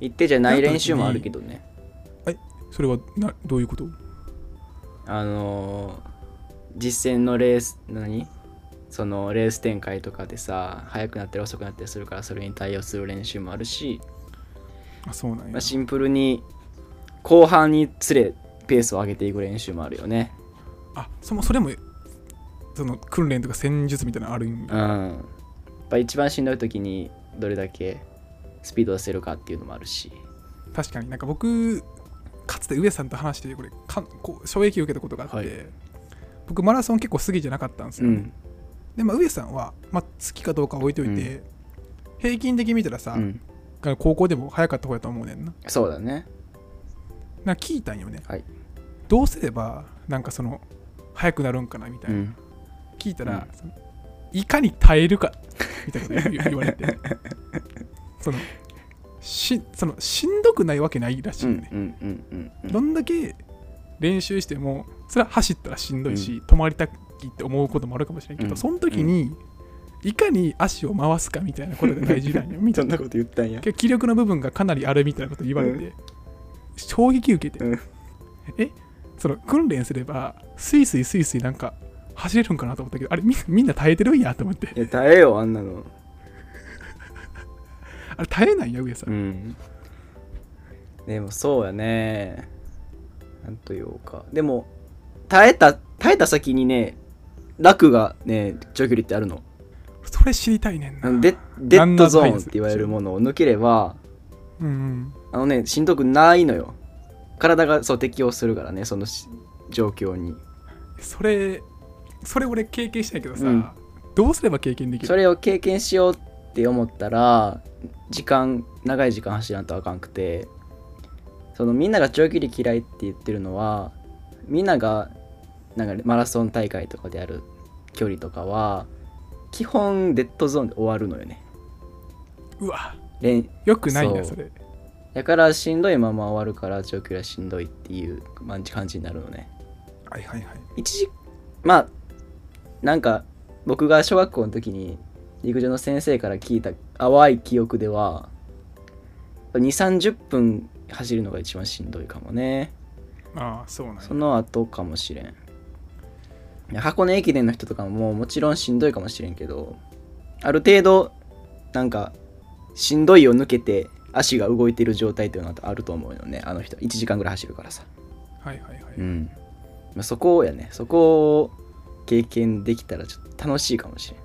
A: 一定じゃない練習もあるけどね
B: それはなどういうこと
A: あのー実践のレース何そのレース展開とかでさ速くなったり遅くなったりするからそれに対応する練習もあるし、
B: あそうなん
A: ま
B: や
A: あ、シンプルに後半につれペースを上げていく練習もあるよね
B: あそもそれもその訓練とか戦術みたいなのあるん
A: うん
B: や
A: やっぱ一番しんどい時にどれだけスピードを出せるかっていうのもあるし
B: 確かになんか僕かつて上さんと話してこれかんこう衝撃を受けたことがあって、
A: はい
B: 僕マラソン結構好きじゃなかったんです
A: う
B: よ、
A: ん
B: で、まあ、上さんは、まあ、好きかどうかは置いといて、平均的に見たらさ、
A: うん
B: 高校でも早かった方やと思うねんな
A: そうだね
B: なんか聞いたんよね、
A: はい
B: どうすればなんかその早くなるんかなみたいうな、
A: ん
B: 聞いたら
A: う、
B: そのいかに耐えるかみたいなこと
A: (laughs)
B: 言う言われてそのしそのしんどくないわけないらしい
A: うんう
B: よ
A: ん
B: ね、
A: うんうんうん
B: どんだけ練習してもそれは走ったらしんどいし、止まりたいって思うこともあるかもしれんけど、
A: うん
B: その時に、いかに足を回すかみたいなことが大事なんよみたい
A: そん
B: な
A: なこと言ったんや
B: 気力の部分がかなりあるみたいなこと言われて、
A: う
B: 衝撃受けて、
A: うん
B: えその訓練すればスイスイスイスイなんか走れるんかなと思ったけどあれみみんな耐えてるんやと思って
A: いや耐えよあんなの
B: あれ耐えないよ上さん、
A: うんでもそうやねなんというかでも耐えた耐えた先にね楽がね長距離ってあるの
B: それ知りたいねん
A: あ
B: な
A: のデデッドゾーンって言われる
B: ん
A: ものを抜ければ
B: うんうん
A: あのねしんどくないのよ体がそう適応するからねそのし状況に
B: それそれ俺経験したいけどさ、
A: うん
B: どうすれば経験できる
A: それを経験しようって思ったら時間長い時間走らんとあかんくてそのみんなが長距離嫌いって言ってるのはみんながなんかマラソン大会とかでやる距離とかは基本デッドゾーンで終わるのよね。
B: うわ
A: 練
B: よくない
A: そ
B: な
A: う
B: それ
A: だからしんどいまま終わるから長距離はしんどいっていうまあ感じになるのね。
B: はいはいはい
A: 一時まあなんか僕が小学校の時に陸上の先生から聞いた淡い記憶では2 3 0分走るのが一番しんどいかもね
B: ああそうなんや
A: その後かもしれんいや箱根駅伝の人とかももちろんしんどいかもしれんけどある程度なんかしんどいを抜けて足が動いてる状態っていうのはあると思うよねあの人1時間ぐらい走るからさ
B: はいはいはい、
A: うんまあ、そこやねそこを経験できたらちょっと楽しいかもしれん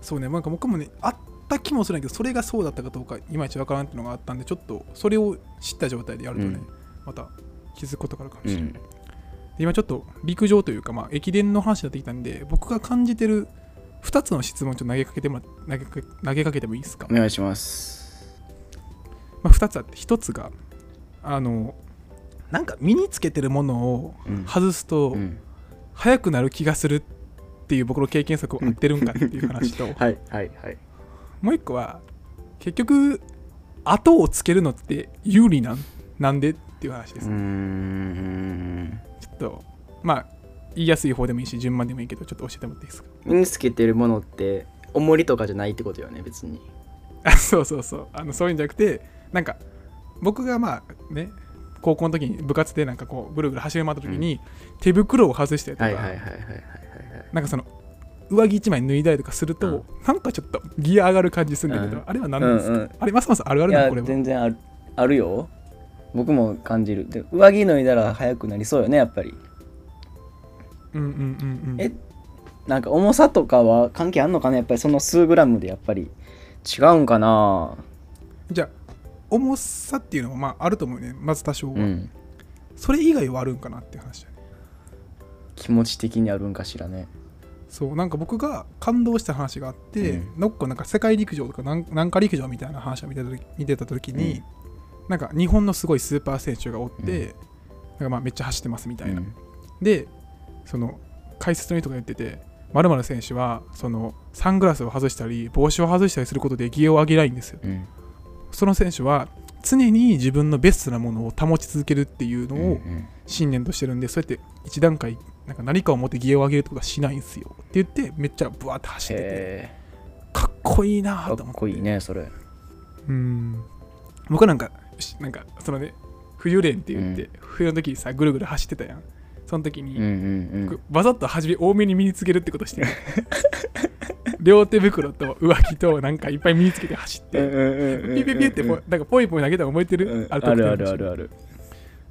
B: そうねなんか僕もねあった気もするんやけどそれがそうだったかどうかいまいちわからんってのがあったんでちょっとそれを知った状態でやるとね、
A: うん
B: また気づくことがあるかもしれない、で今ちょっと陸上というか、まあ、駅伝の話になってきたんで僕が感じてる2つの質問ちょっと投げかけてもら投げか投げかけてもいいですか、
A: お願いします
B: まあ、2つあって1つがあのなんか身につけてるものを
A: うん
B: 外すと
A: うん
B: 速くなる気がするっていう僕の経験則を合ってるんかっていう話と、
A: (laughs) はいはいはい
B: もう一個は結局後をつけるのって有利なんなんでっていう話です、
A: ん
B: ちょっとまあ言いやすい方でもいいし順番でもいいけどちょっと教えてもらっていいですか (laughs)
A: 身につけてるものって重りとかじゃないってことよね別に
B: あそうそうそうあのそういうんじゃなくてなんか僕がまあね高校の時に部活でなんかこうぐるぐる走り回った時に、手袋を外したりとか、
A: いはいはい
B: なんかその上着一枚脱いだりとかすると、なんかちょっとギア上がる感じするんだけど、
A: うん
B: あれは何
A: う
B: なん
A: ん
B: ですか、
A: うん
B: あれますますあるあ
A: い
B: るな
A: や
B: これは
A: 全然あるあるよ僕も感じるで上着脱いだら速くなりそうよねやっぱり
B: うんうんうんうん
A: えなんか重さとかは関係あんのかなやっぱりその数グラムでやっぱり違うんかな
B: じゃあ重さっていうのもまああると思うねまず多少は、
A: うん
B: それ以外はあるんかなっていう話だね
A: 気持ち的にあるんかしらね
B: そうなんか僕が感動した話があって、
A: う
B: のっこなんか世界陸上とかなんなんか陸上みたいな話を見てた時見てた時に、なんか日本のすごいスーパー選手がおって、なんかまあめっちゃ走ってますみたいな、でその解説の人が言ってて〇〇選手はそのサングラスを外したり帽子を外したりすることでギアを上げないんですよ
A: うん
B: その選手は常に自分のベストなものを保ち続けるっていうの
A: うんう
B: を
A: ん
B: 信念としてるんで、そうやって一段階なんか何かを持ってギアを上げるってことはしないんすよって言ってめっちゃブワーって走ってて
A: へ
B: かっこいいな
A: ー
B: ー
A: かっ
B: と思って
A: こいいねそれ
B: うん僕はなんかしなんかそのね冬連って言って、
A: う
B: 冬の時にさぐるぐる走ってたやんその時に、
A: うんうんうん
B: 僕わざと初め多めに身につけるってこ
A: (laughs)
B: としてる両手袋と上着となんかいっぱい身につけて走って、
A: うんうんうんうん
B: ピュピュピュってポイなんかポイポイ投げたの覚えてる、
A: うんあ
B: あれ特定
A: る
B: の
A: あるあるある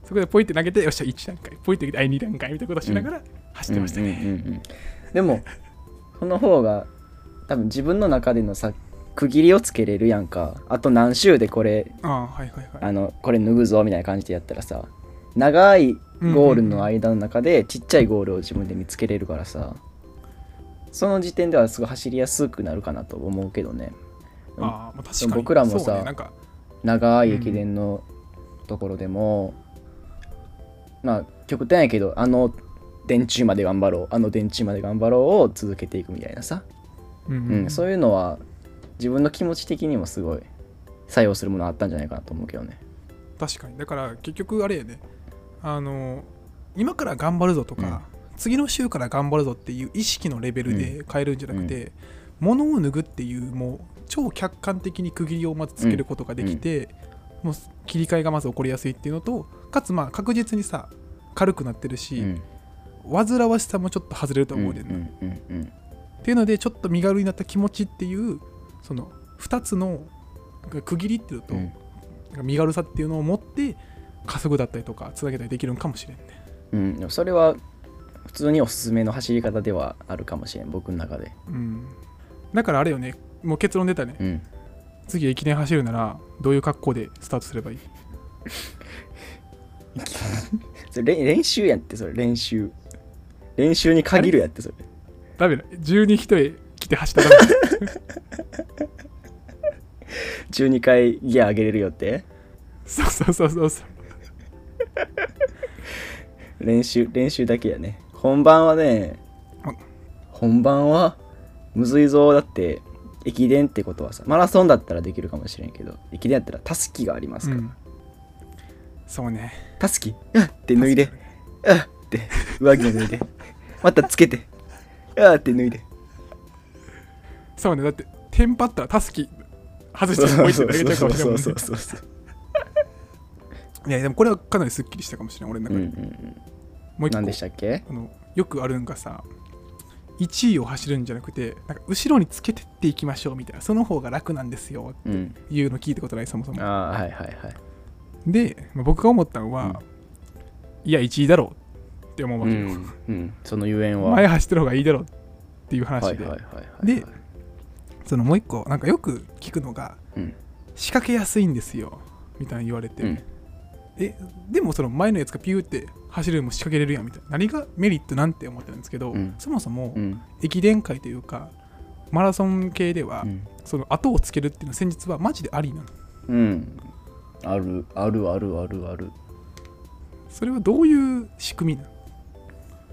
B: そこでポイって投げてよっしゃ1段階ポイって投げてはい2段階みたいなことしながら走ってましたね、
A: うんうんうんうんでもその方が多分自分の中でのさ区切りをつけれるやんかあと何週でこれ
B: ああはいはいはい
A: あのこれ脱ぐぞみたいな感じでやったらさ長いゴールの間の中でちっちゃいゴールを自分で見つけれるからさその時点ではすごい走りやすくなるかなと思うけどねうん
B: ああまあ確かに
A: 僕らもさ
B: そうねなんか
A: 長い駅伝のところでも、まあ極端やけどあの電柱まで頑張ろうあの電柱まで頑張ろうを続けていくみたいなさ、
B: うん
A: う
B: うんん、
A: そういうのは自分の気持ち的にもすごい作用するものあったんじゃないかなと思うけどね。
B: 確かにだから結局あれやねあの今から頑張るぞとか、次の週から頑張るぞっていう意識のレベルで変えるんじゃなくて、物を脱ぐっていうもう超客観的に区切りをまずつけることができて、もう切り替えがまず起こりやすいっていうのとかつまあ確実にさ軽くなってるし、
A: うん
B: 煩わしさもちょっと外れると
A: うん
B: 思
A: う
B: うねんな、
A: んうんうん
B: っていうのでちょっと身軽になった気持ちっていうその2つの区切りっていうのと、
A: うん
B: 身軽さっていうのを持って加速だったりとかつなげたりできるんかもしれんね
A: うん、でもそれは普通におすすめの走り方ではあるかもしれん僕の中で、
B: うんだからあれよねもう結論出たね、
A: うん、
B: 次駅伝走るならどういう格好でスタートすればいい
A: それ練練習やんってそれ練習練習に限るやってそれ (laughs)
B: ダメだ12人へ来て走ったらダメだ
A: 12回ギア上げれるよって
B: そうそうそうそうそう
A: 練習練習だけやね本番はね
B: あ
A: 本番はむずいぞだって駅伝ってことはさマラソンだったらできるかもしれんけど駅伝やったらタスキがあります
B: う
A: から、
B: んそうね
A: タスキあっって脱いであっって上着を脱いでまたつけてあっって脱いで
B: そうねだってテンパったらタスキ外してもう一
A: そ
B: 点
A: う
B: 投げちゃうか
A: そ
B: も
A: う
B: しれん
A: そ
B: も
A: うんそうそう
B: ね
A: そう
B: いやでもこれはかなりスッキリしたかもしれん俺の
A: うん
B: 中
A: うん
B: で、
A: うん
B: もう一個
A: 何でしたっけ
B: あのよくあるんがさ1位を走るんじゃなくてなんか後ろにつけてっていきましょうみたいなその方が楽なんですよ
A: うん
B: いうの聞いたことないそもそ
A: あ
B: も
A: あはいはいはい
B: で、まあ僕が思ったのは、いや1位だろうって思うわ
A: う
B: けよ、
A: ん、うん、そのゆえんは
B: (laughs) 前走ってる方がいいだろうっていう話
A: はい
B: で、
A: はいはいはい
B: でそのもう一個なんかよく聞くのが
A: うん
B: 仕掛けやすいんですよみたいに言われて、
A: うん
B: えでもその前のやつがピューって走るのも仕掛けれるやんみたいな何がメリットなんて思ってたんですけど、
A: うん
B: そもそも、
A: うん
B: 駅伝界というかマラソン系では、
A: うん
B: その後をつけるっていうのは戦術はマジでありなの
A: うんあるあるあるあるある
B: それはどういう仕組みなの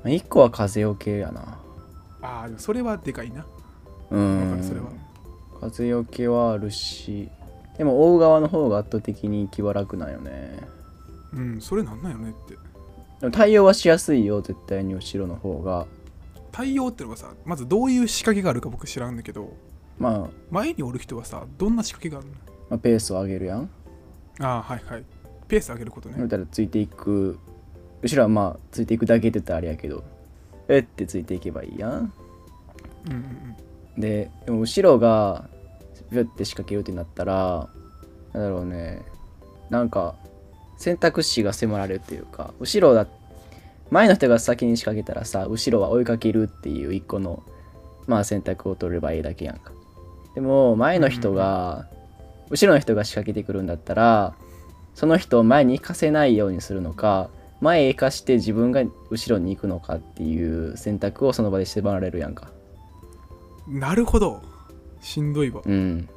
A: 一個は風よけやな
B: ああでもそれはでかいな
A: う
B: わか
A: ん
B: るそれは
A: 風よけはあるしでも追う側の方が圧倒的に気は楽なんよね
B: うんそれなんなんよねって
A: でも対応はしやすいよ絶対に後ろの方が
B: 対応ってのがさまずどういう仕掛けがあるか僕知らんだけど
A: まあ
B: 前におる人はさどんな仕掛けがある
A: まあペースを上げるやん
B: のああはいはいペース上げること
A: だ
B: ね
A: ったらついていく後ろはまあついていくだけって言ったらあれやけどえってついていけばいいやん
B: うんうんうん
A: ででも後ろがビュッて仕掛けるってなったらなんだろうねなんか選択肢が迫られるというか後ろだ前の人が先に仕掛けたらさ後ろは追いかけるっていう一個のまあ選択を取ればいいだけやんかでも前の人が、後ろの人が仕掛けてくるんだったらその人を前に行かせないようにするのか前へ行かして自分が後ろに行くのかっていう選択をその場で迫られるやんか
B: なるほどしんどいわ
A: うん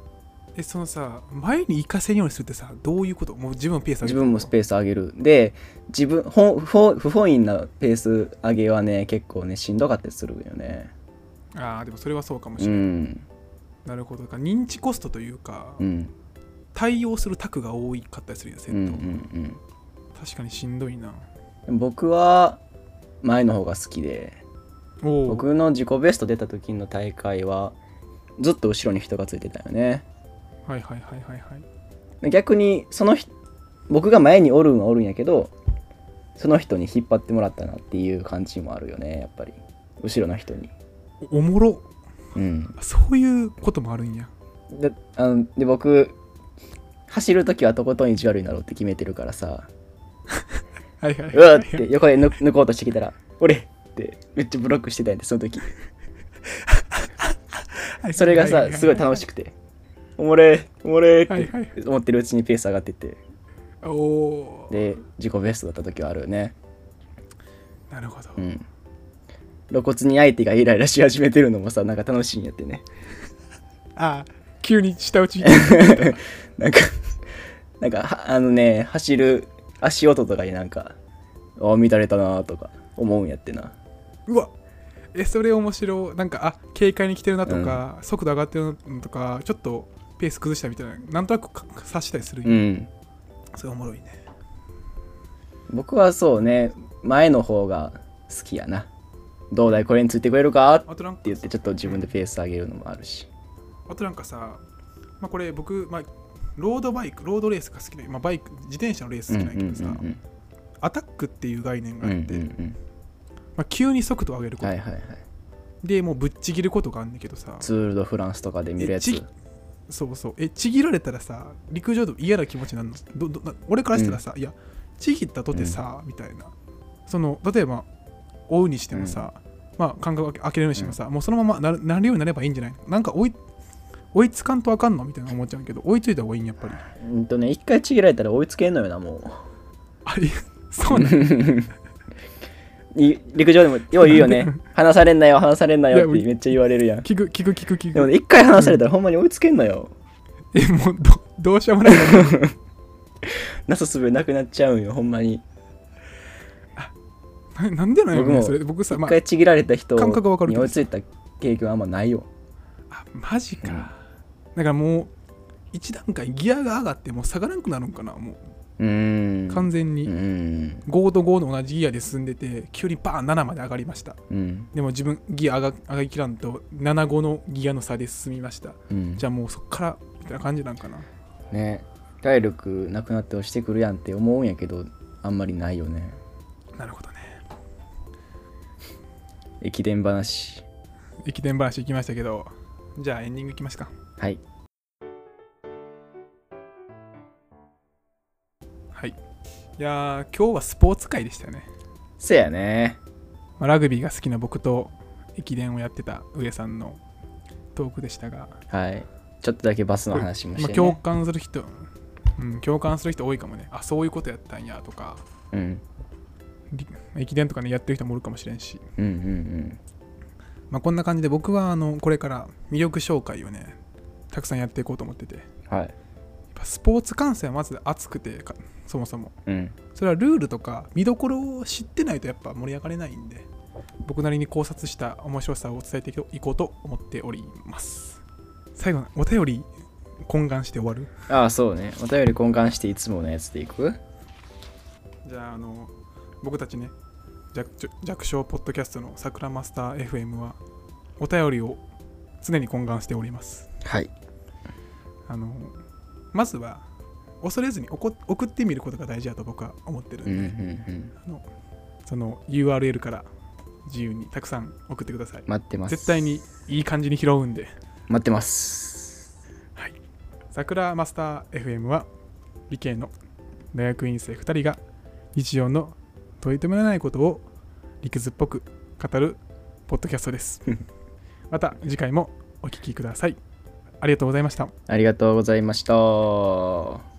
B: えそのさ前に行かせんようにするってさどういうこともう自分のペース上げ
A: 自
B: る
A: 分もスペース上げるで自分ほん不本不本意なペース上げはね結構ねしんどかったりするよね
B: ああでもそれはそうかもしれ
A: う
B: ない
A: ん
B: なるほどだから認知コストというか、
A: うん
B: 対応する卓が多かったりするやんセ
A: うん
B: ット、
A: うん
B: 確かにしんどいな
A: うん僕は前の方が好きで
B: おお
A: 僕の自己ベスト出た時の大会はずっと後ろに人がついてたよね
B: はいはいはいはいはい
A: 逆にその人僕が前におるんはおるんやけどその人に引っ張ってもらったなっていう感じもあるよねやっぱり後ろの人に
B: おおもろ
A: うん
B: そういうこともあるんや
A: であので僕走る時はとことん意地悪になろうって決めてるからさ
B: はいはいうは
A: わ
B: い
A: って横で抜抜こうとしてきたら「俺!」ってめっちゃブロックしてたんでその時それがさすごい楽しくて「おもれおもれ!」っ
B: はいはい
A: て思ってるうちにペース上がってって
B: おおー
A: で自己ベストだった時はあるよね
B: なるほど、
A: うん露骨に相手がイライラし始めてるのもさなんか楽しいんやってね
B: ああ急に下
A: (laughs)
B: 打ち
A: なんかなんかはあのね走る足音とかになんか「ああ乱れたな」とか思うんやってな
B: うわえそれ面白いなんかあ警戒に来てるなとか、速度上がってるなとかちょっとペース崩したみたいななんとなくか察したりするん
A: う
B: や、
A: ん
B: それおもろいね
A: 僕はそうね前の方が好きやなどうだいこれについてくれるかって
B: あとなんか
A: 言ってちょっと自分でペース上げるのもあるし
B: あとなんかさ、まあ、これ僕、まあ、ロードバイクロードレースが好きで、まあ、バイク自転車のレース
A: うん
B: 好
A: う
B: き
A: んう
B: な
A: ん
B: やけどさ、
A: うん
B: アタックっていう概念
A: う
B: が
A: ん
B: あ
A: う
B: って、ま
A: ん
B: あ、急に速度を上げる
A: うん
B: こと、
A: はいはいはい
B: でもうぶっちぎることがあるんだけどさ
A: ツール・ド・フランスとかで見るやつ
B: えちそうそうえちぎられたらさ陸上でも嫌な気持ちになるのどどな俺からしたらさ、いやちぎったとてさ、みたいなその例えば追うにしてもさ、まあ感覚を開けるにしてもさ、もうそのままなるなるようになればいいんじゃないなんか追い追いつかんとあかんのみたいな思っちゃうけど追いついた方がいいんやっぱり
A: うんとね一回ちぎられたら追いつけんのよなもう
B: あいやそうなんだ
A: い陸上でもよう言うよ
B: (laughs)
A: ね離されんなよ離されんないよ
B: や
A: ってめっちゃ言われるやん
B: 聞く聞く聞く聞
A: でも
B: く
A: ね一回離されたらほんまに追いつけんのよ
B: えもうどどうしようもないから
A: なすすべなくなっちゃうんよほんまに
B: (laughs) ななんでなんやろ
A: 僕
B: ね
A: も
B: それ僕さ
A: 一
B: まあ
A: 回ちぎられた人
B: 感覚わかるけ
A: に
B: ど
A: 追いついた経験はあんまないよ
B: あマジか、だからもう一段階ギアが上がってもう下がらなくなるんかなもう
A: うーん
B: 完全に
A: うん
B: 5と5の同じギアで進んでて急にバーン7まで上がりました
A: うん
B: でも自分ギア上が上がりきらんと75のギアの差で進みました
A: うん
B: じゃあもうそっからみたいな感じなんかな
A: ね体力なくなって落ちてくるやんって思うんやけどあんまりないよね
B: なるほどね
A: 駅伝話
B: 駅伝話行きましたけどじゃあエンディングいきますか
A: はい
B: はいいやー今日はスポーツ界でしたよね、
A: せやね
B: まあラグビーが好きな僕と駅伝をやってた上さんのトークでしたが、
A: はいちょっとだけバスの話もし
B: まあ、
A: て、ね
B: 共感する人、うん、共感する人多いかもねあそういうことやったんやとか
A: うん、
B: り駅伝とかねやってる人もおるかもしれんし
A: うんうん
B: まあ、こんな感じで僕はあのこれから魅力紹介をねたくさんやっていこうと思っててやっ
A: うんはい
B: ぱスポーツ観戦はまず熱くてかそもそも
A: うん
B: それはルールとか見どころを知ってないとやっぱ盛り上がれないんで僕なりに考察した面白さを伝えていこうと思っております最後のお便り懇願して終わる
A: ああそうねお便り交換していつものやつでいく
B: じゃああの僕たちね弱弱小ポッドキャストの桜マスター FM はお便りを常に懇願しております
A: はい
B: あのまずは恐れずにおこ送ってみることが大事だと僕は思ってる
A: う
B: んで、
A: んうんうん
B: その URL から自由にたくさん送ってください
A: 待ってます
B: 絶対にいい感じに拾うんで
A: 待ってます
B: 桜マスター FM は理系の大学院生2人が日常のとりとめられないことを理屈っぽく語るポッドキャストです
A: (laughs)
B: また次回もお聴きくださいありがとうございました
A: ありがとうございました